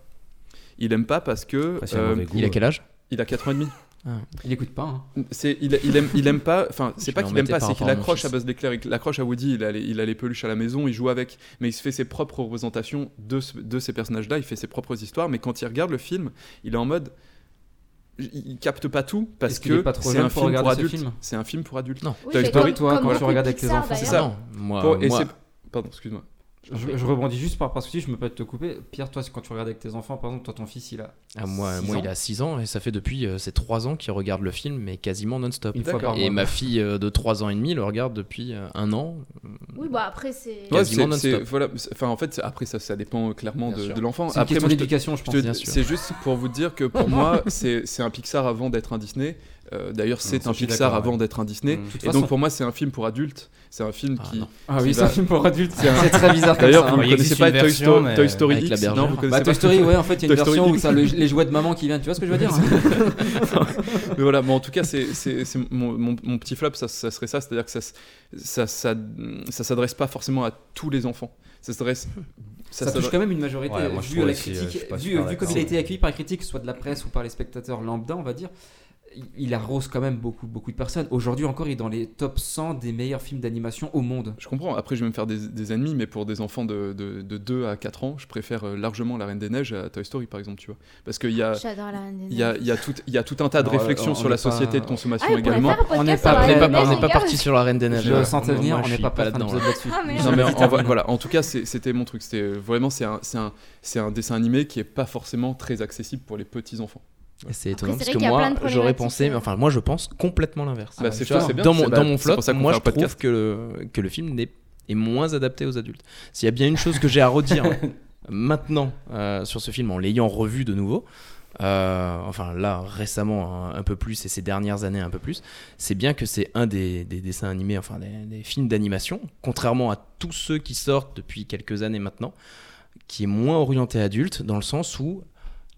S4: Il aime pas parce que euh,
S10: Après, c'est un mauvais goût, Euh, Il a quel âge
S4: Il a 4 ans et demi.
S10: Ah.
S1: Il écoute pas. hein.
S4: C'est il, il aime il aime pas enfin c'est
S1: Je
S4: pas
S1: vais
S4: qu'il
S1: en
S4: aime
S1: mettre
S4: pas
S1: par
S4: c'est qu'il
S1: rapport à mon
S4: accroche à
S1: fils.
S4: Buzz l'éclair il accroche à Woody il a les, il a les peluches à la maison il joue avec mais il se fait ses propres représentations de, ce- de ces personnages là il fait ses propres histoires mais quand il regarde le film il est en mode il il capte pas tout parce
S1: Est-ce qu'il est
S4: que
S1: pas trop
S4: c'est
S1: jeune
S4: un
S1: pour
S4: film pour
S1: regarder ce
S4: adultes
S1: film
S4: c'est un film pour adultes
S1: Non. Oui, Toy mais Story, comme- toi, comme quand tu beaucoup regardes avec tes Pixar, enfants,
S4: c'est
S1: c'est
S4: ça
S10: Ah
S1: ça d'ailleurs. Non, moi-
S4: Pour- et
S1: moi-
S4: c'est- pardon excuse-moi
S1: Je, je rebondis juste par rapport à ce que tu dis, je me peux te couper. Pierre, toi, c'est quand tu regardes avec tes enfants, par exemple, toi, ton fils, il a.
S10: Ah, moi,
S1: six
S10: moi,
S1: ans.
S10: il a 6 ans et ça fait depuis euh, ses 3 ans qu'il regarde le film, mais quasiment non-stop.
S1: Une fois par
S10: Et
S1: mois.
S10: ma fille euh, de 3 ans et demi le regarde depuis euh, un an.
S9: Oui, bah après, c'est.
S4: Ouais,
S10: Quasiment
S4: c'est- c'est-
S10: non-stop.
S4: Voilà, c'est- enfin, en fait, c'est- après, ça, ça dépend euh, clairement
S10: Bien
S4: de,
S10: sûr.
S4: de l'enfant.
S1: C'est une
S4: Après,
S1: question
S4: moi, te-
S1: d'éducation, je
S4: te-
S1: pense, bien sûr.
S4: C'est juste pour vous dire que
S1: <laughs>
S4: pour moi, c'est c'est un Pixar avant d'être un Disney. Euh, D'ailleurs, c'est
S1: Ah, ça,
S4: un
S1: je suis
S4: Pixar
S1: d'accord,
S4: avant
S1: ouais.
S4: d'être un Disney.
S1: De toute
S4: Et donc,
S1: façon.
S4: pour moi, c'est un film pour adultes. C'est un film qui.
S1: Ah
S4: qui
S1: oui, c'est un film
S4: <laughs>
S1: pour adultes.
S4: un-
S1: <laughs> C'est très bizarre comme
S4: D'ailleurs,
S1: ça,
S4: vous
S1: hein.
S4: ne
S1: Il
S4: connaissez
S1: existe
S4: pas
S1: une
S4: Toy,
S1: version,
S4: Sto-
S1: mais
S4: Toy Story
S1: avec la
S4: X.
S1: bergère.
S4: Non, vous connaissez
S1: Bah,
S4: pas
S1: Toy Story, ouais, en fait, il y a une
S4: Toy Story
S1: version où
S4: X.
S1: ça, le- les jouets de maman qui viennent, tu vois ce que je veux dire hein.
S4: <laughs> Mais <laughs> voilà, mais en tout cas, c'est c'est- c'est mon, mon- mon petit flop, ça, ça serait ça. C'est-à-dire que ça s- ça, ça, ça s'adresse pas forcément à tous les enfants. Ça s'adresse.
S1: Ça,
S4: s'adresse-
S1: touche quand même une majorité
S4: Ouais, moi, je
S1: vu
S4: trouve
S1: à la
S4: aussi, euh, je
S1: critique,
S4: suis pas
S1: vu,
S4: super
S1: vu comme
S4: d'accord,
S1: il a été
S4: mais-
S1: accueilli par la critique, soit de la presse ou par les spectateurs lambda, on va dire. il- il arrose quand même beaucoup, beaucoup de personnes. Aujourd'hui encore, il est dans les top 100 des meilleurs films d'animation au monde.
S4: Je comprends, après je vais me faire des, des ennemis, mais pour des enfants de, de- de 2 à 4 ans, je préfère euh, largement La Reine des Neiges à Toy Story par exemple, tu vois. Parce qu'il y a,
S9: J'adore La Reine des
S4: il y a,
S9: Neiges.
S4: il y, a tout, il y a tout un tas de
S1: Alors,
S4: réflexions
S1: on
S4: sur la
S1: est pas-
S4: société de consommation
S9: Ah, on pourrait
S4: également.
S9: faire un podcast On n'est pas sur la prêt- Reine des on Neiges, n'est pas les gars. parti
S10: sur la Reine des Neiges,
S1: Je
S10: là.
S1: le sentais
S10: Moi,
S1: venir,
S10: moi,
S1: on
S10: je
S1: n'est
S10: suis
S1: pas
S10: pas
S1: prêt à faire un
S10: là-dedans,
S1: épisode
S10: là.
S1: là-dessus.
S10: Ah, mais
S4: Non, mais en- en vrai,
S1: Termine.
S4: voilà, en tout cas, c'est- c'était mon truc. C'était vraiment, c'est un, c'est un, c'est un dessin animé qui est pas forcément très accessible pour les petits enfants.
S10: Et C'est étonnant
S4: Après,
S10: parce
S4: c'est vrai
S10: que
S4: qu'il y a
S10: moi
S4: plein de
S10: j'aurais
S4: problématiques,
S10: pensé, mais enfin moi je pense complètement l'inverse.
S4: Bah, c'est
S10: Ah, Tu vois,
S4: ça, c'est bien,
S10: dans
S4: c'est-
S10: mon,
S4: bah,
S10: dans mon
S4: c'est pour
S10: flop,
S4: ça qu'on
S10: moi
S4: fait
S10: je
S4: un podcast.
S10: trouve que le, que le film n'est- est, moins adapté aux adultes. S'il y a bien une chose que j'ai
S4: <laughs>
S10: à redire maintenant euh, sur ce film en l'ayant revu de nouveau, euh, enfin là récemment hein, un, un peu plus et ces dernières années un peu plus, c'est bien que c'est un des, des dessins animés, enfin des, des films d'animation, contrairement à tous ceux qui sortent depuis quelques années maintenant, qui est moins orienté adulte dans le sens où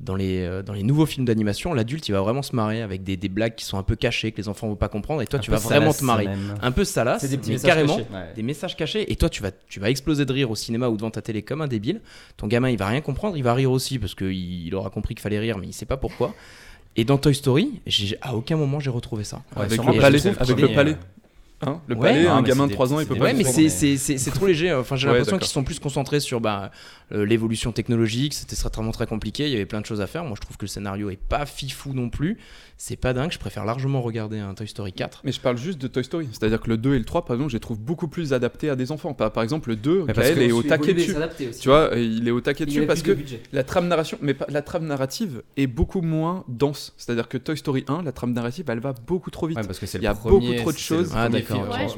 S10: dans les, euh, dans les nouveaux films d'animation, l'adulte il va vraiment se marrer avec des, des blagues qui sont un peu cachées, que les enfants vont pas comprendre, et toi
S11: Un
S10: tu
S11: peu
S10: vas vraiment
S11: salace,
S10: te marrer.
S11: même.
S10: Un peu salace,
S11: C'est des petits
S10: mais
S11: messages
S10: carrément
S11: cachés. Ouais.
S10: des messages cachés, et toi tu vas, tu vas exploser de rire au cinéma ou devant ta télé comme un débile. Ton gamin il va rien comprendre, il va rire aussi parce qu'il il aura compris qu'il fallait rire, mais il sait pas pourquoi. Et dans Toy Story, j'ai- à aucun moment j'ai retrouvé ça.
S4: Ouais, Avec le
S10: Et
S4: palais,
S10: je trouve
S4: avec
S10: qu'il
S4: le
S10: est,
S4: palais.
S10: euh,
S4: Hein, le palais, un
S10: mais
S4: gamin
S10: c'est
S4: de
S10: des-
S4: trois ans, il
S10: c'est
S4: peut
S10: des-
S4: pas
S10: Ouais,
S4: le
S10: mais
S4: comprendre.
S10: c'est- c'est c'est- c'est trop léger. Enfin, j'ai
S4: Ouais,
S10: l'impression
S4: d'accord.
S10: qu'ils sont plus concentrés sur bah, euh, l'évolution technologique. C'était certainement très compliqué. Il y avait plein de choses à faire. Moi, je trouve que le scénario est pas fifou non plus. C'est pas dingue. Je préfère largement regarder un Toy Story 4.
S4: Mais je parle juste de Toy Story, c'est-à-dire que le 2 et le 3, par exemple, je les trouve beaucoup plus adaptés à des enfants. Par, par exemple, le 2,
S1: Mais parce
S4: Kael
S1: que
S4: est au
S1: c'est
S4: taquet
S1: évolué,
S4: dessus.
S1: s'adapter aussi.
S4: Tu vois, euh, il est au taquet
S1: Il
S4: dessus
S1: avait
S4: parce
S1: plus de
S4: que
S1: budget.
S4: la trame narration, mais pas- la trame narrative est beaucoup moins dense. C'est-à-dire que Toy Story 1, la trame narrative, elle va beaucoup trop
S1: bah,
S4: vite.
S11: parce que c'est
S4: il
S11: le
S4: y a
S11: premier-
S4: beaucoup trop de
S11: c'est
S4: choses.
S11: le premier film.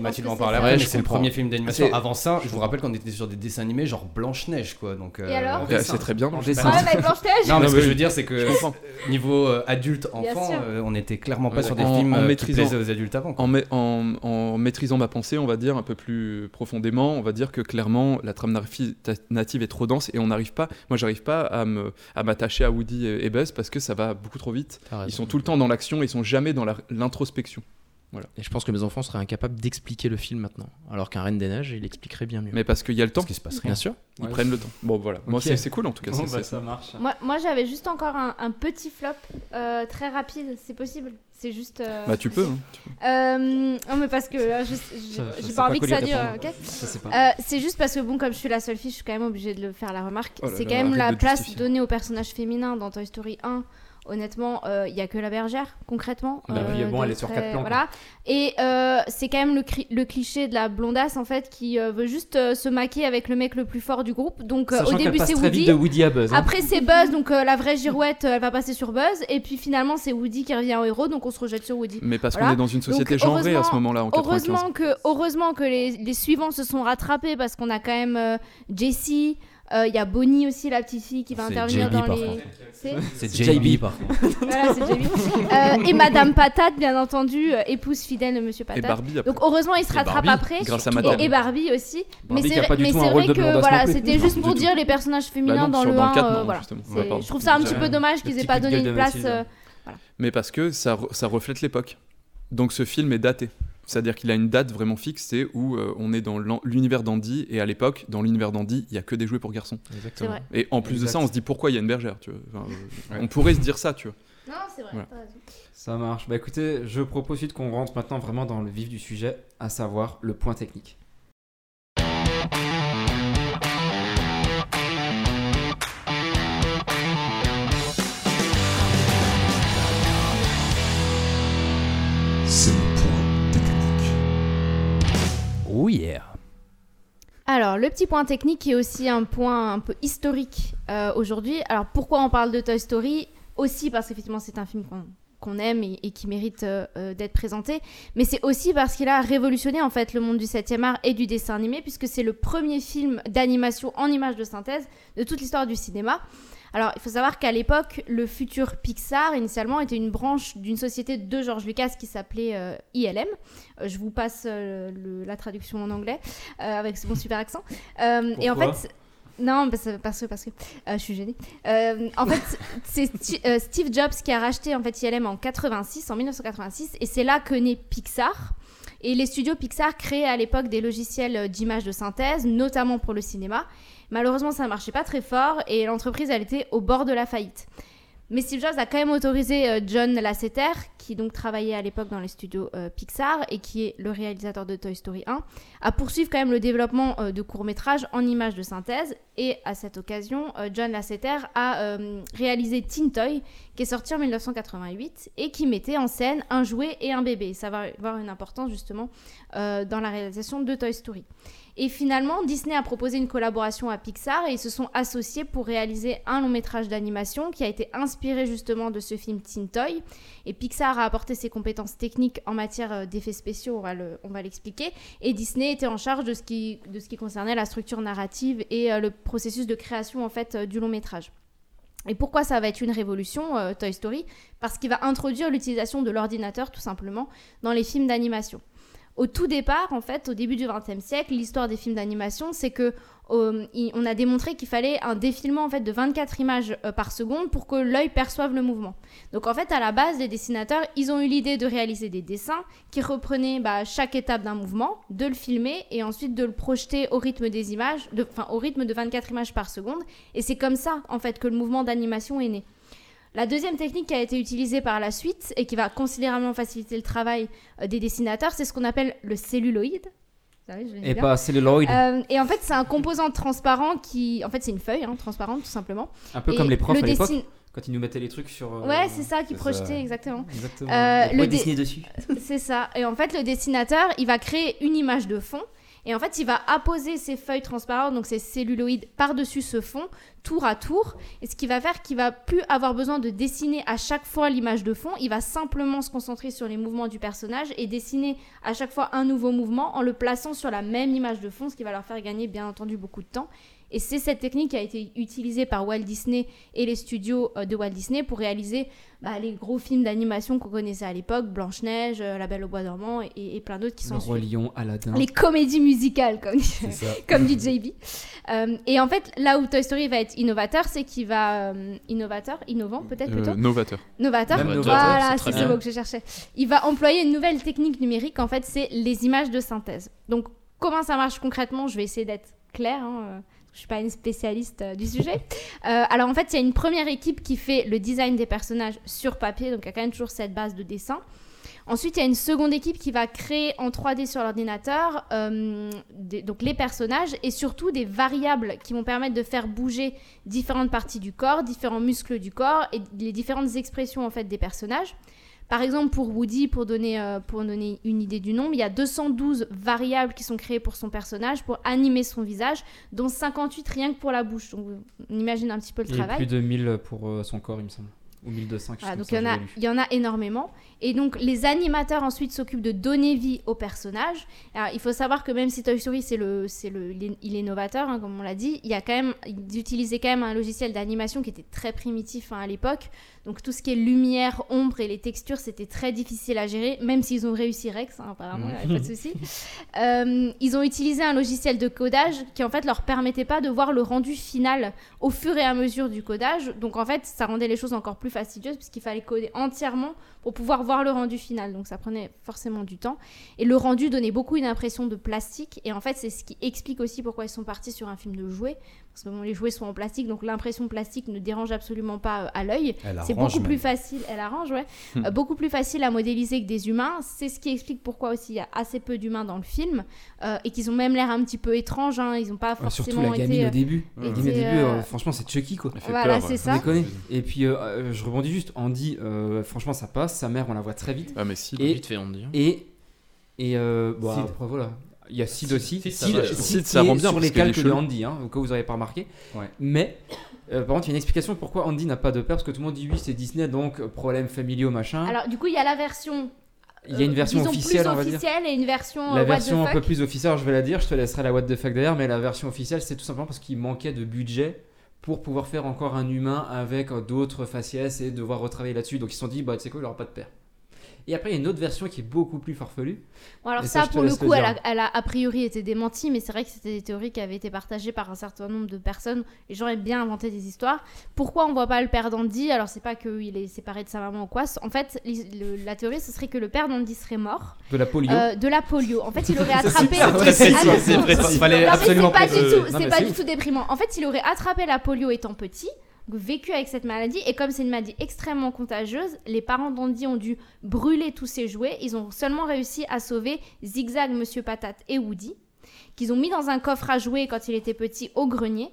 S11: Mathilde va en parler après, mais c'est le premier film
S4: Ah,
S11: d'animation. Avant ça, je vous rappelle qu'on était sur des dessins animés genre Blanche-Neige, quoi. Donc,
S9: Et alors
S4: Ouais, Euh, c'est très bien,
S11: En
S4: Blanche-Neige.
S11: dessin.
S4: Ouais, mais Blanche-Neige
S11: Non, mais ce que
S4: Oui,
S11: je veux dire, c'est que
S4: je comprends.
S11: <laughs> niveau euh, adulte-enfant,
S4: sûr.
S11: euh, on n'était clairement pas
S4: Ouais,
S11: sur des
S4: en-
S11: films
S4: en
S11: euh, qui
S4: maîtrisant-
S11: plaisaient aux adultes avant.
S4: En, mai- en- en maîtrisant ma pensée, on va dire un peu plus profondément, on va dire que clairement la trame narfi- ta- native est trop dense et on n'arrive pas. Moi, j'arrive pas à me- à m'attacher à Woody et, et Buzz parce que ça va beaucoup trop vite. Ils sont tout le temps dans l'action, ils sont jamais dans la- l'introspection. Voilà.
S10: Et je pense que mes enfants seraient incapables d'expliquer le film maintenant, alors qu'un Reine des Neiges, il expliquerait bien mieux.
S4: Mais parce qu'il y a le temps.
S10: qu'il se passe rien. Bien sûr.
S4: Ils prennent le temps. Bon, voilà. Moi, c'est- c'est cool, en tout cas,
S1: bah,
S4: c'est- c'est-
S9: Moi, moi, j'avais juste encore un, un petit flop euh, très rapide, c'est possible. C'est juste. euh,
S4: Bah, tu peux, hein,
S9: Euh, non, mais parce que là, je- je-
S4: Ça, je
S9: j'ai
S4: sais
S9: pas
S4: pas
S9: envie que
S4: quoi
S9: ça
S4: lui
S9: dure,
S4: répondre.
S9: ok
S4: Ça, c'est pas-
S9: Euh,
S1: Hein.
S9: C'est juste parce que, bon, comme je suis la seule fille, je suis quand même obligée de le faire la remarque.
S12: Oh là
S9: c'est
S12: là,
S9: quand même
S12: arrête
S9: la
S12: de
S9: place
S12: justifier.
S9: donnée au personnage féminin dans Toy Story 1. Honnêtement, il n'y a que la bergère, concrètement.
S1: Bah oui, bon,
S9: de
S1: elle est sur
S9: très-
S1: quatre hein. plans, quoi.
S9: Voilà. Et euh, c'est quand même le, cri- le cliché de la blondasse, en fait, qui euh, veut juste euh, se maquer avec le mec le plus fort du groupe. Donc, euh,
S1: Sachant
S9: au
S1: qu'elle
S9: début,
S1: passe
S9: c'est
S1: très vite
S9: Woody.
S1: de Woody à Buzz, hein.
S9: Après, c'est Buzz, donc euh, la vraie girouette, euh, elle va passer sur Buzz. Et puis finalement, c'est Woody qui revient au héros, donc on se rejette sur Woody.
S4: Mais parce qu'on est dans une société
S9: Donc,
S4: genrée à
S9: heureusement-
S4: ce moment-là, en 95.
S9: Heureusement que, heureusement que les, les suivants se sont rattrapés parce qu'on a quand même euh, Jessie. euh, Il y a Bonnie aussi, la petite fille qui va
S11: C'est
S9: intervenir
S11: JB,
S9: dans
S11: par
S9: les.
S11: contre.
S9: <laughs> C'est-
S11: C'est JB, par contre.
S9: voilà, c'est Jamie. Euh,
S4: <laughs>
S9: et Madame Patate, bien entendu, euh, épouse fidèle de Monsieur Patate.
S4: Et Barbie, après.
S9: Donc heureusement, il se
S4: Et
S9: rattrape
S4: Barbie,
S9: après.
S4: grâce à
S9: Et-
S4: Madame.
S9: et, Barbie aussi.
S4: Barbie
S9: mais
S4: qui a
S9: c'est,
S4: pas du
S9: mais
S4: tout un
S9: c'est
S4: rôle
S9: vrai
S4: de
S9: que
S4: blondasse
S9: voilà,
S4: non plus.
S9: c'était juste
S4: Non,
S9: pour
S4: du
S9: dire
S4: tout.
S9: les personnages féminins
S4: Bah non,
S9: dans
S4: sur
S9: le
S4: dans
S9: 1.
S4: le quatre,
S9: euh,
S4: non,
S9: voilà.
S4: justement.
S9: C'est-
S4: Ouais, pardon.
S9: je trouve ça un
S4: Le
S9: petit
S4: petit
S9: peu
S4: coup de
S9: dommage qu'ils aient pas donné
S1: gueule de
S9: une place.
S1: Mathilde.
S9: euh,
S4: Mais parce que ça, re- ça reflète l'époque. Donc ce film est daté. C'est-à-dire qu'il a une date vraiment fixe, c'est où euh, on est dans l'en- l'univers d'Andy, et à l'époque, dans l'univers d'Andy, il y a que des jouets pour garçons.
S10: Exactement.
S9: C'est vrai.
S4: Et en plus de
S1: Exact.
S4: ça, on se dit pourquoi il y a une bergère, tu vois. Enfin, euh, On pourrait se dire ça, tu vois.
S9: Non, c'est vrai,
S4: Voilà.
S9: t'as raison.
S1: Ça marche. Bah écoutez, je propose suite qu'on rentre maintenant vraiment dans le vif du sujet, à savoir le point technique.
S17: C'est le point technique.
S10: Oh yeah.
S9: Alors, le petit point technique qui est aussi un point un peu historique euh, aujourd'hui. Alors, pourquoi on parle de Toy Story Aussi parce qu'effectivement, c'est un film qu'on qu'on aime et, et qui mérite euh, euh, d'être présenté. Mais c'est aussi parce qu'il a révolutionné en fait le monde du 7e art et du dessin animé, puisque c'est le premier film d'animation en images de synthèse de toute l'histoire du cinéma. Alors, il faut savoir qu'à l'époque, le futur Pixar, initialement, était une branche d'une société de George Lucas qui s'appelait euh, ILM. Euh, je vous passe euh, le- la traduction en anglais, euh, avec mon super accent. Euh, et en
S12: Pourquoi
S9: fait... Non, parce, parce que, parce que euh, je suis gênée. Euh, en fait, c'est Sti- euh, Steve Jobs qui a racheté en fait ILM en 86, en 1986, et c'est là que naît Pixar. Et les studios Pixar créaient à l'époque des logiciels euh, d'images de synthèse, notamment pour le cinéma. Malheureusement, ça ne marchait pas très fort et l'entreprise, elle était au bord de la faillite. Mais Steve Jobs a quand même autorisé euh, John Lasseter, qui donc travaillait à l'époque dans les studios euh, Pixar et qui est le réalisateur de Toy Story 1, à poursuivre quand même le développement euh, de courts-métrages en images de synthèse. Et à cette occasion, euh, John Lasseter a euh, réalisé Teen Toy, qui est sorti en 1988 et qui mettait en scène un jouet et un bébé. Ça va avoir une importance justement euh, dans la réalisation de Toy Story. Et finalement, Disney a proposé une collaboration à Pixar et ils se sont associés pour réaliser un long métrage d'animation qui a été inspiré justement de ce film Teen Toy. Et Pixar a apporté ses compétences techniques en matière euh, d'effets spéciaux, on va le- on va l'expliquer. et Disney était en charge de ce qui, de ce qui concernait la structure narrative et euh, le processus de création en fait euh, du long métrage. Et pourquoi ça va être une révolution, euh, Toy Story Parce qu'il va introduire l'utilisation de l'ordinateur, tout simplement, dans les films d'animation. Au tout départ, en fait, au début du XXe siècle, l'histoire des films d'animation, c'est que euh, il- on a démontré qu'il fallait un défilement en fait de 24 images euh, par seconde pour que l'œil perçoive le mouvement. Donc en fait, à la base, les dessinateurs, ils ont eu l'idée de réaliser des dessins qui reprenaient bah, chaque étape d'un mouvement, de le filmer et ensuite de le projeter au rythme des images, de- enfin au rythme de 24 images par seconde. Et c'est comme ça en fait que le mouvement d'animation est né. La deuxième technique qui a été utilisée par la suite et qui va considérablement faciliter le travail euh, des dessinateurs, c'est ce qu'on appelle le celluloïd. Ça oui, je le dis
S16: Et
S9: bien.
S16: pas celluloid.
S9: Euh, et en fait, c'est un composant transparent qui. En fait, c'est une feuille hein, transparente, tout simplement.
S1: Un peu
S9: Et
S1: comme les profs
S9: le
S1: à l'époque,
S9: dessin-
S1: quand ils nous mettaient les trucs sur. euh,
S9: Ouais, Oh. c'est ça qui
S1: ça.
S9: projetait, exactement.
S1: Exactement.
S9: Euh,
S1: Des fois,
S9: le dé-
S1: Disney dessus.
S9: <laughs> C'est ça. Et en fait, le dessinateur, il va créer une image de fond. Et en fait, il va apposer ces feuilles transparentes, donc ces celluloïdes, par-dessus ce fond, tour à tour. Et ce qui va faire qu'il va plus avoir besoin de dessiner à chaque fois l'image de fond. Il va simplement se concentrer sur les mouvements du personnage et dessiner à chaque fois un nouveau mouvement en le plaçant sur la même image de fond, ce qui va leur faire gagner, bien entendu, beaucoup de temps. Et c'est cette technique qui a été utilisée par Walt Disney et les studios euh, de Walt Disney pour réaliser bah, les gros films d'animation qu'on connaissait à l'époque, Blanche-Neige, euh, La Belle au Bois dormant et, et plein d'autres qui
S1: Le
S9: sont
S1: Roi Lion, Aladdin.
S9: les comédies musicales, comme, dit-
S1: ça.
S9: <laughs> comme dit JB. Euh, et en fait, là où Toy Story va être innovateur, c'est qu'il va... euh, innovateur Innovant peut-être
S4: Euh,
S9: plutôt
S4: novateur.
S9: Novateur,
S4: Même novateur,
S9: voilà,
S4: c'est très
S9: c'est ce
S4: bien.
S9: mot que je cherchais. Il va employer une nouvelle technique numérique, en fait, c'est les images de synthèse. Donc, comment ça marche concrètement Je vais essayer d'être claire, hein, euh, je ne suis pas une spécialiste euh,
S4: <laughs>
S9: du sujet. Euh, alors, en fait, il y a une première équipe qui fait le design des personnages sur papier, donc il y a quand même toujours cette base de dessin. Ensuite, il y a une seconde équipe qui va créer en 3D sur l'ordinateur euh, des- donc les personnages et surtout des variables qui vont permettre de faire bouger différentes parties du corps, différents muscles du corps et les différentes expressions en fait des personnages. Par exemple, pour Woody, pour donner, euh, pour donner une idée du nombre, il y a 212 variables qui sont créées pour son personnage, pour animer son visage, dont 58 rien que pour la bouche. Donc, on imagine un petit peu le
S1: Il y a
S9: travail.
S1: plus de 1000 pour euh, son corps, il me semble. Ou 1200, quelque
S9: Voilà,
S1: chose
S9: donc
S1: comme
S9: il y, en
S1: ça,
S9: a,
S1: j'avais lu.
S9: il y en a énormément. Et donc les animateurs ensuite s'occupent de donner vie aux personnages. Alors, il faut savoir que même si Toy Story c'est le, c'est le, il est- il est novateur, hein, comme on l'a dit, il y a quand même, ils utilisaient quand même un logiciel d'animation qui était très primitif hein, à l'époque. Donc tout ce qui est lumière, ombre et les textures, c'était très difficile à gérer, même s'ils ont réussi Rex, hein, apparemment, il y avait pas de souci. Euh, ils ont utilisé un logiciel de codage qui en fait leur permettait pas de voir le rendu final au fur et à mesure du codage. Donc en fait, ça rendait les choses encore plus fastidieuses puisqu'il fallait coder entièrement pour pouvoir voir le rendu final. Donc ça prenait forcément du temps. Et le rendu donnait beaucoup une impression de plastique. Et en fait, c'est ce qui explique aussi pourquoi ils sont partis sur un film de jouets. Parce que bon, les jouets sont en plastique, donc l'impression plastique ne dérange absolument pas euh, à l'œil.
S11: Elle
S9: C'est
S11: arrange
S9: beaucoup plus
S11: même.
S9: facile, elle arrange, ouais.
S11: Hmm.
S9: Euh, beaucoup plus facile à modéliser que des humains. C'est ce qui explique pourquoi aussi il y a assez peu d'humains dans le film euh, et qu'ils ont même l'air un petit peu étranges. hein. Ils n'ont pas
S1: Ouais,
S9: forcément
S1: surtout la
S9: été,
S1: gamine
S9: euh,
S1: au début. La
S9: été,
S1: gamine au début,
S9: euh,
S1: euh, franchement, c'est Chucky quoi.
S9: fait Voilà, peur, ouais. c'est ça.
S1: Vous déconnez. Et puis, euh, euh, je rebondis juste. Andy, euh, franchement, ça passe. Sa mère, on la voit très vite.
S4: Ah, mais Sid.
S1: et,
S10: Vite fait, Andy, hein.
S1: Et. Et. euh, bon,
S10: Sid.
S1: après, voilà. Il y a Sid
S10: Sid,
S1: aussi.
S10: Sid, ça va, je trouve. Sid, ça
S1: qui est
S10: rend bien
S1: Sur
S10: parce
S1: les
S10: qu'il est
S1: calques de
S10: chelou.
S1: Andy, hein, au cas où vous n'avez pas remarqué. Mais. euh, par contre, il y a une explication pourquoi Andy n'a pas de père parce que tout le monde dit oui, c'est Disney donc euh, problème familiaux machin.
S9: Alors du coup, il y a la version.
S1: hein.
S9: euh,
S1: Il y a une version
S9: disons
S1: officielle,
S9: plus
S1: on va dire.
S9: officielle et une version. euh,
S1: La
S9: what the
S1: version un peu
S9: fuck.
S1: plus officielle, alors je vais la dire, je te laisserai la what the fuck derrière, mais la version officielle, c'est tout simplement parce qu'il manquait de budget pour pouvoir faire encore un humain avec euh, d'autres faciès et devoir retravailler là-dessus. Donc ils se sont dit, bah tu sais quoi, il aura pas de père. Et après, il y a une autre version qui est beaucoup plus farfelue.
S9: Bon, alors
S1: Et
S9: ça,
S1: je te
S9: pour le
S1: laisse
S9: coup, elle a,
S1: dire.
S9: elle a a priori été démentie, mais c'est vrai que c'était des théories qui avaient été partagées par un certain nombre de personnes. Les gens aiment bien inventer des histoires. Pourquoi on voit pas le père d'Andy Alors c'est pas qu'il est séparé de sa maman ou quoi. En fait, l'is- le- la théorie, ce serait que le père d'Andy serait mort.
S1: De la polio.
S9: Euh, de la polio.
S1: <laughs>
S9: En fait, il aurait
S1: C'est
S9: attrapé.
S1: super précis,
S9: Ah, mais
S1: c'est
S9: non.
S1: précis.
S9: Non,
S1: Fallait
S9: mais
S1: absolument
S9: c'est
S1: pas
S9: pas du
S1: de-
S9: tout.
S1: Non,
S9: C'est
S1: mais
S9: pas
S1: c'est
S9: du
S1: ouf.
S9: tout déprimant. En fait, il aurait attrapé la polio étant petit. vécu avec cette maladie. Et comme c'est une maladie extrêmement contagieuse, les parents d'Andy ont dû brûler tous ses jouets. Ils ont seulement réussi à sauver Zigzag, Monsieur Patate et Woody, qu'ils ont mis dans un coffre à jouets quand il était petit au grenier.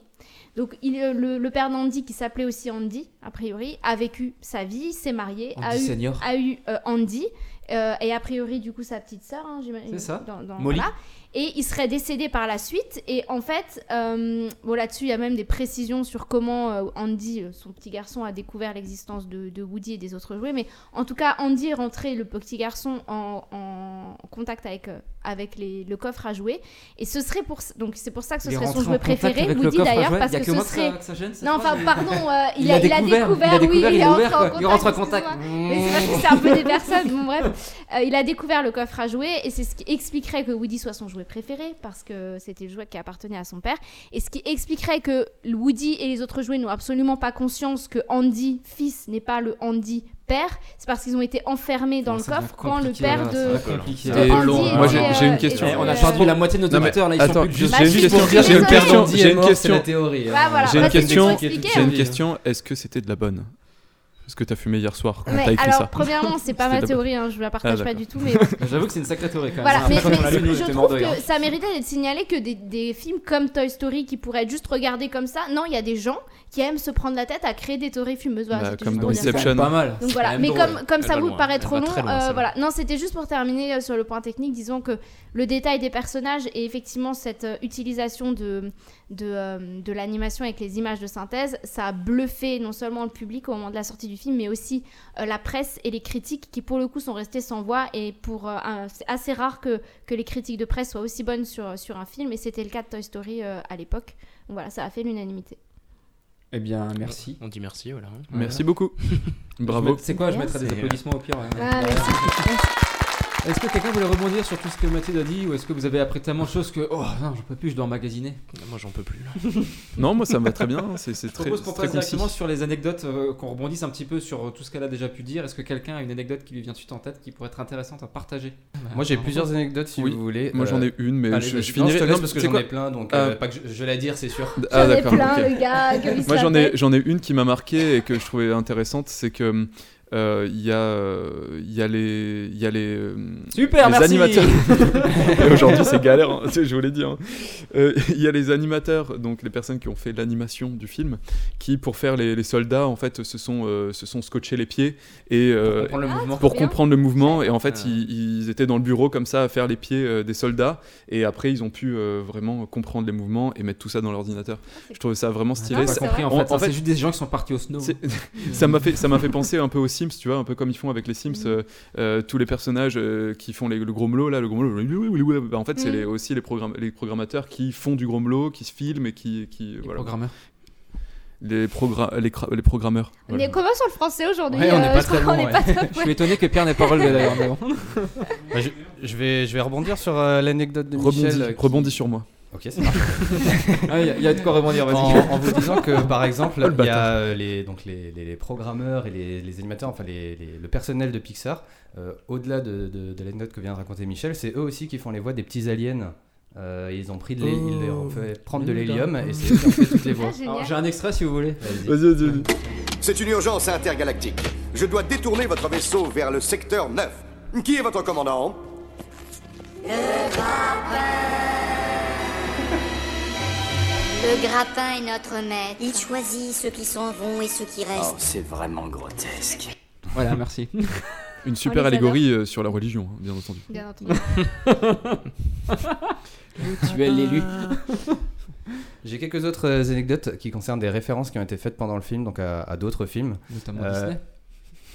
S9: Donc il- le, le père d'Andy, qui s'appelait aussi Andy, a priori, a vécu sa vie, s'est marié, a
S18: Andy
S9: eu,
S18: senior.
S9: a eu euh, Andy, euh, et a priori du coup sa petite sœur, hein, j'imagine.
S18: C'est ça.
S9: Dans- dans-
S18: Molly.
S9: voilà. Et il serait décédé par la suite. Et en fait, euh, bon là-dessus, il y a même des précisions sur comment euh, Andy, euh, son petit garçon, a découvert l'existence de, de Woody et des autres jouets. Mais en tout cas, Andy est rentré, le petit garçon, en, en contact avec, euh, avec les- le coffre à jouets. Et ce serait pour donc c'est pour ça que ce
S18: Il est
S9: serait son
S18: rentré en
S9: jouet
S18: contact
S9: préféré,
S18: avec le
S9: Woody
S18: coffre à
S9: d'ailleurs,
S18: jouets.
S9: parce
S18: Il y a
S9: que
S18: que
S9: ce
S18: moi que ça-
S9: serait.
S18: que ça gêne, cette
S9: non, enfin,
S18: phrase, mais-
S9: pardon, euh, il,
S18: Il
S9: a,
S18: a
S9: il a
S18: découvert,
S9: découvert,
S18: il a
S9: oui,
S18: découvert,
S9: il est rentré en
S18: ouvert, quoi.
S9: contact.
S18: Il rentre en contact.
S9: excuse-moi. Mais c'est parce que c'est un peu des personnes. Bon, bref, Euh, il a découvert le coffre à jouets et c'est ce qui expliquerait que Woody soit son jouet préféré parce que c'était le jouet qui appartenait à son père. Et ce qui expliquerait que Woody et les autres jouets n'ont absolument pas conscience que Andy, fils, n'est pas le Andy père. C'est parce qu'ils ont été enfermés dans le coffre quand le père de.
S1: compliqué.
S4: Et-
S1: Andy
S4: Moi j'ai
S1: et,
S4: j'ai
S1: euh,
S4: une question.
S1: et, On a euh, perdu la moitié de nos
S4: Non, mais
S1: auditeurs, là, ils sont
S4: attends,
S1: plus que juste-
S4: juste- J'ai
S1: Bah,
S4: une
S1: juste
S4: question.
S1: pour dire
S4: J'ai
S1: que
S4: une
S1: le
S4: question.
S1: Andy est
S4: J'ai une
S1: mort, c'est la
S4: question.
S11: théorie, hein.
S9: Bah, voilà,
S4: J'ai
S9: bah,
S4: une
S9: c'est
S4: question.
S9: tout expliqué,
S4: J'ai
S9: hein.
S4: une question. Est-ce que c'était de la bonne Est-ce que t'as fumé hier soir quand
S9: Mais
S4: t'as écrit
S9: alors,
S4: ça
S9: premièrement, c'est
S4: C'était
S9: pas ma
S4: de bonne.
S9: théorie, hein, je la partage
S4: Ah,
S9: pas
S4: d'accord.
S9: du tout, mais-
S1: J'avoue que c'est une sacrée théorie quand même.
S9: Voilà,
S1: Après,
S9: mais,
S1: quand on
S9: mais
S1: l'a lu, hein.
S9: je
S1: j'étais mort
S9: trouve
S1: de rire.
S9: que ça méritait d'être signalé que des, des films comme Toy Story qui pourraient être juste regardés comme ça, non, il y a des gens qui aiment se prendre la tête à créer des théories fumeuses. Voilà,
S4: Bah,
S9: c'était
S4: comme
S9: juste
S4: dans
S9: pour dire ça.
S4: Inception. Pas mal.
S9: Donc
S4: C'est quand
S9: voilà,
S4: même
S9: mais
S4: drôle.
S9: comme, comme
S4: Elle
S9: ça
S4: va
S9: vous
S4: loin.
S9: paraît
S4: Elle
S9: trop
S4: va
S9: long,
S4: très loin,
S9: euh,
S4: celle-là.
S9: voilà. Non, c'était juste pour terminer euh, sur le point technique, disons que le détail des personnages et effectivement cette euh, utilisation de, de, euh, de l'animation avec les images de synthèse, ça a bluffé non seulement le public au moment de la sortie du film, mais aussi euh, la presse et les critiques qui pour le coup sont restées sans voix et pour euh, un- c'est assez rare que, que les critiques de presse soient aussi bonnes sur, sur un film et c'était le cas de Toy Story euh, à l'époque. Donc voilà, ça a fait l'unanimité.
S1: Eh bien, merci.
S10: On dit merci, voilà. hein.
S4: Merci
S11: <laughs>
S4: beaucoup. Bravo.
S1: C'est quoi Je mettrai des
S4: C'est-
S1: applaudissements au pire. ouais.
S9: Ah, merci.
S1: Est-ce que quelqu'un voulait rebondir sur tout ce que Mathilde a dit ou est-ce que vous avez appris tellement de choses que oh non j'en peux plus je dois emmagasiner
S10: Moi j'en peux plus.
S4: Non, moi, ça me va très bien, hein. C'est- c'est
S1: Je
S4: très-
S1: propose qu'on
S4: c'est très
S1: passe directement
S4: concis.
S1: sur les anecdotes euh, qu'on rebondisse un petit peu sur euh, tout ce qu'elle a déjà pu dire. Est-ce que quelqu'un a une anecdote qui lui vient tout de suite en tête qui pourrait être intéressante à partager
S11: Moi j'ai
S1: Bah,
S11: plusieurs anecdotes si
S4: Oui.
S11: vous voulez. euh,
S4: Moi, j'en ai une, mais
S11: allez,
S4: je-
S11: vas-y.
S4: je
S11: Non,
S4: finirai-
S11: te
S4: non,
S11: laisse
S4: parce
S11: parce
S4: que
S11: que j'en ai
S4: quoi
S11: plein donc
S4: Ah.
S11: euh, pas que je, je vais la dire c'est sûr.
S4: Ah, d'accord, ok.
S9: gars,
S4: <laughs>
S9: comme ils se
S4: Moi j'en
S9: la
S4: ai,
S9: pètent.
S4: j'en ai une qui m'a marqué et que je trouvais intéressante, c'est que euh, il y a, euh, il y a les, il y a les, euh,
S1: Super,
S4: les
S1: merci.
S4: animateurs.
S1: <laughs>
S4: et aujourd'hui c'est galère, hein, tu sais, je vous l'ai dit. hein. Euh, Il y a les animateurs, donc les personnes qui ont fait l'animation du film, qui pour faire les, les soldats en fait se sont, euh, se sont scotchés les pieds et
S1: Pour
S4: euh,
S1: comprendre le Ah, mouvement.
S4: pour
S1: trop bien.
S4: comprendre le mouvement. Et en fait
S1: Ah.
S4: ils, ils étaient dans le bureau comme ça à faire les pieds euh, des soldats et après ils ont pu euh, vraiment comprendre les mouvements et mettre tout ça dans l'ordinateur. Je trouvais ça vraiment
S1: Ah,
S4: stylé.
S1: j'ai pas compris, en fait, hein, c'est juste des gens qui sont partis au snow.
S4: c'est- <laughs>
S1: Mmh.
S4: ça m'a fait ça m'a fait penser un peu aux Sims, tu vois, un peu comme ils font avec les Sims, euh, euh, tous les personnages euh, qui font les- le grommelot là, le grommelot. bah, en fait, c'est
S1: Mmh.
S4: les- aussi les, programme- les programmateurs qui font du grommelot, qui se filment et qui qui voilà.
S1: programmeurs.
S4: Les, progra- les, cra- les programmeurs.
S9: On
S4: voilà.
S9: est comment sur le français aujourd'hui
S4: Ouais, on est
S9: euh,
S4: pas
S9: je crois
S4: très
S9: qu'on
S4: loin,
S9: est pas
S4: ouais.
S9: top,
S4: <laughs> Je
S9: ouais.
S4: suis étonné que Pierre n'ait pas relevé, d'ailleurs, mais bon.
S11: Bah, je, je vais, je vais rebondir sur euh, l'anecdote de
S4: Rebondis-
S11: Michel. euh, qui-
S4: rebondis sur moi.
S11: Ok, c'est parti.
S1: <laughs> Ah, il y a- il y a de quoi rebondir, vas-y.
S11: En, en vous disant que, par exemple,
S1: Oh, le
S11: il y a
S1: bâtard.
S11: euh, les, donc les, les- les programmeurs et les, les animateurs, enfin les- les- le personnel de Pixar, euh, au-delà de, de, de l'anecdote que vient de raconter Michel, c'est eux aussi qui font les voix des petits aliens. Euh, ils ont pris de l'hé- ils leur ont fait prendre de l'hélium et c'est eux qui ont fait toutes
S9: <laughs>
S11: les voix.
S1: Alors, J'ai un extrait si vous voulez.
S4: Vas-y, vas-y, vas-y.
S7: C'est une urgence intergalactique. Je dois détourner votre vaisseau vers le secteur 9. Qui est votre commandant
S12: Le grappin est notre maître. Il choisit ceux qui s'en vont et ceux qui restent.
S7: Oh, c'est vraiment grotesque.
S1: Voilà, merci.
S4: Une
S12: On
S4: super
S12: les
S4: allégorie euh, sur la religion, hein, bien entendu.
S12: Bien entendu.
S1: Tu es l'élu.
S11: J'ai quelques autres euh, anecdotes qui concernent des références qui ont été faites pendant le film, donc à, à d'autres films.
S1: Notamment
S11: Euh,
S1: Disney.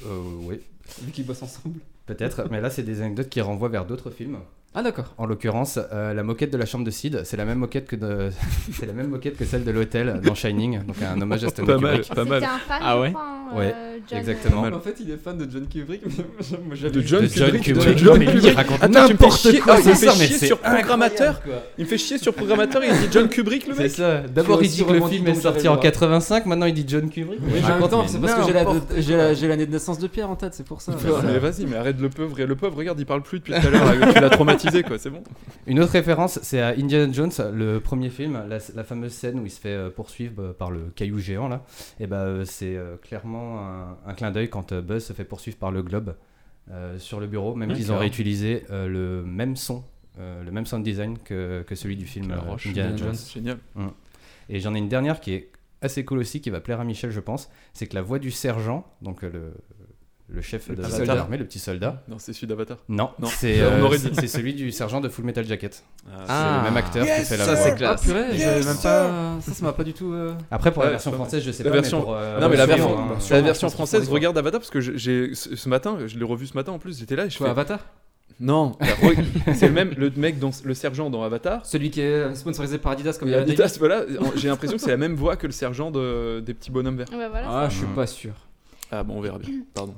S11: euh, Oui.
S1: Vu qu'ils bossent ensemble.
S11: Peut-être, mais là c'est des anecdotes qui renvoient vers d'autres films.
S1: Ah d'accord.
S11: En l'occurrence, euh, la moquette de la chambre de Sid, c'est la même moquette que de... <laughs> c'est la même moquette que celle de l'hôtel dans Shining, donc un hommage à Stanley
S4: Pas mal,
S11: Kubrick.
S4: pas mal. C'était un fan, je
S11: ouais.
S4: crois, hein,
S11: ouais,
S4: euh, John-
S11: exactement.
S4: Pas mal.
S1: En fait, il est fan de John Kubrick. mais moi, j'avais-
S4: De John
S11: De John
S4: Kubrick,
S11: Kubrick.
S4: de
S11: Non,
S4: John
S11: mais lui, il
S4: Kubrick.
S11: raconte
S4: Attends, tu me
S11: n'importe
S4: fais chier-
S11: quoi,
S4: ah, il me
S11: c'est ça,
S4: fait
S11: mais
S4: chier
S11: c'est
S4: sur programmateur.
S11: incroyable, quoi.
S4: Il me fait chier sur programmateur et il dit John Kubrick le
S11: C'est
S4: mec.
S11: ça. D'abord il dit que le film est sorti en 85, maintenant il dit John Kubrick.
S1: Oui, mais en même temps, c'est parce que j'ai la- j'ai la- j'ai l'année de naissance de Pierre en tête, c'est pour ça.
S4: Mais vas-y, mais arrête le pauvre, et le pauvre, regarde, il parle plus depuis tout à l'heure, là, tu l'as traumatisé, quoi, c'est bon.
S11: Une autre référence, c'est à Indiana Jones, le premier film, la, la fameuse scène où il se fait euh, poursuivre bah, par le caillou géant, là. Et bah, euh, c'est euh, clairement un, un clin d'œil quand euh, Buzz se fait poursuivre par le globe euh, sur le bureau, même qu'ils ont
S10: D'accord.
S11: réutilisé euh, le même son, euh, le même sound design que, que celui du film
S4: La
S11: euh,
S4: Roche,
S11: Indiana
S4: Indiana
S11: Jones.
S4: Jones, génial.
S11: Mm. Et j'en ai une dernière qui est assez cool aussi, qui va plaire à Michel, je pense. C'est que la voix du sergent, donc euh, le, le chef
S4: Le
S11: de
S4: petit
S11: la- de
S4: soldat.
S11: l'armée, le petit soldat.
S4: Non, c'est celui d'Avatar.
S11: Non,
S4: Non, <laughs>
S11: c'est
S4: on
S11: euh,
S4: aurait
S11: c'est-
S4: dit.
S11: c'est celui du sergent de Full Metal Jacket.
S4: Ah.
S11: C'est le même acteur
S4: Yes,
S11: qui fait la
S4: ça,
S11: voix.
S4: c'est classe.
S1: Ah, purée, j'avais même pas- ça, ça m'a pas du tout, euh.
S11: Après, pour la
S4: Ouais,
S11: version
S4: c'est
S11: française,
S4: vrai.
S11: je sais
S4: La
S11: pas.
S4: version-
S11: Mais pour, euh,
S4: non, mais la
S11: sûrement,
S4: version,
S11: hein.
S4: la version française,
S11: Sûrement.
S4: regarde Avatar parce que je- j'ai ce ce matin, je l'ai revu ce matin en plus, j'étais là et je
S1: Quoi,
S4: fais
S1: Avatar
S11: <laughs>
S4: Non, la re- c'est le même, le mec, dont, le sergent dans Avatar.
S1: Celui qui est sponsorisé par Adidas comme
S4: Et
S1: il y a
S4: <laughs>
S1: la
S4: Adidas,
S1: Daily.
S4: voilà, j'ai l'impression que c'est la même voix que le sergent de- des petits bonhommes verts.
S9: Ouais, bah voilà,
S1: Ah, je
S4: Hmm.
S1: suis pas sûr.
S4: Ah bon, on verra bien. <clears throat> Pardon.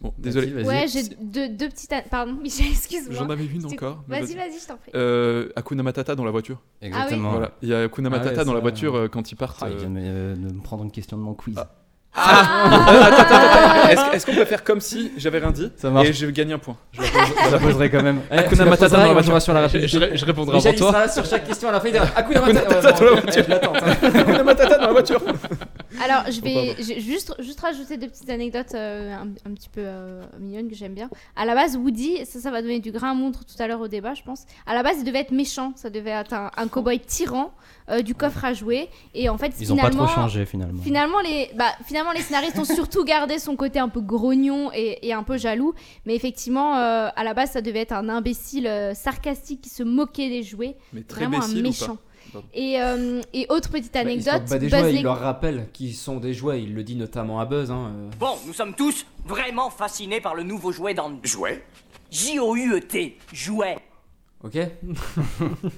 S4: Bon,
S11: Je-
S4: désolé.
S11: Mathilde,
S9: Ouais, j'ai deux, deux petites. an- Pardon, <laughs> Michel, excuse-moi.
S4: J'en avais une
S9: Tu-
S4: encore. mais
S9: Vas-y, vas-y, je t'en prie.
S4: Euh, Hakuna Matata dans la voiture.
S11: Exactement. Ah oui.
S4: Voilà. Il y a Hakuna
S11: Ah ouais,
S4: Matata dans
S11: ça-
S4: la voiture euh, quand ils partent.
S11: Ah, il
S4: euh,
S11: vient de me- euh, de me prendre une question de mon quiz.
S4: Ah Attends, attends, attends, attends. Est-ce- Est-ce qu'on peut faire comme si j'avais rien dit
S11: Ça marche.
S4: Et je gagne un point. Je la
S11: Je la poserai
S9: <laughs>
S11: quand même.
S4: Eh, Hakuna
S11: Tu la
S4: Matata
S11: poseras
S4: dans
S11: et
S4: la
S11: on
S4: voiture.
S11: jouera sur la
S4: Je-
S11: rapidité.
S4: Je, je répondrai
S1: Michel,
S4: avant
S1: il
S4: toi.
S1: sera sur chaque question à la fin. Il
S4: <laughs>
S1: dira Hakuna Matata.
S4: Hakuna Matata dans la
S1: Ouais,
S4: voiture.
S1: je l'attends.
S4: Hakuna Matata dans la voiture.
S9: Alors, je
S4: Oh, pardon.
S9: vais j'ai juste, juste rajouter deux petites anecdotes euh, un, un petit peu euh, mignonnes que j'aime bien. À la base, Woody, ça, ça va donner du grain à montre tout à l'heure au débat, je pense. À la base, il devait être méchant. Ça devait être un, un cow-boy tyran euh, du coffre à jouer. Et en fait,
S11: Ils ont
S9: finalement.
S11: pas trop changé, finalement.
S9: Finalement, les, bah, finalement, les scénaristes ont surtout gardé son côté un peu grognon et, et un peu jaloux. Mais effectivement, euh, à la base, ça devait être un imbécile euh, sarcastique qui se moquait des jouets.
S4: Mais très
S9: Vraiment un
S4: bécile ou pas
S9: méchant.
S4: Pardon.
S9: Et, euh, et autre petite
S1: Ils
S9: anecdote,
S1: sortent pas des
S9: Buzz
S1: jouets, Bah, il
S9: l'é-
S1: leur rappelle qui sont des jouets. Il le dit notamment à Buzz. Hein. euh.
S19: Bon, nous sommes tous vraiment fascinés par le nouveau jouet dans Jouet J-O-U-E-T, E jouet.
S1: Ok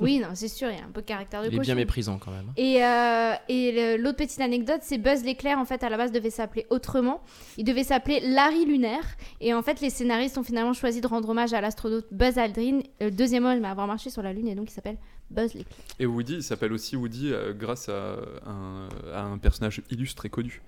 S9: Oui, non, c'est sûr, il y a un peu de caractère de
S10: Il est bien
S9: cochon.
S10: méprisant quand même. hein.
S9: Et, euh, et le- l'autre petite anecdote, c'est Buzz l'éclair, en fait, à la base, devait s'appeler autrement. Il devait s'appeler Larry Lunaire. Et en fait, les scénaristes ont finalement choisi de rendre hommage à l'astronaute Buzz Aldrin, euh, le deuxième homme à avoir marché sur la Lune, et donc il s'appelle Buzz l'éclair.
S4: Et Woody, il s'appelle aussi Woody euh, grâce à un, à un personnage illustre et connu.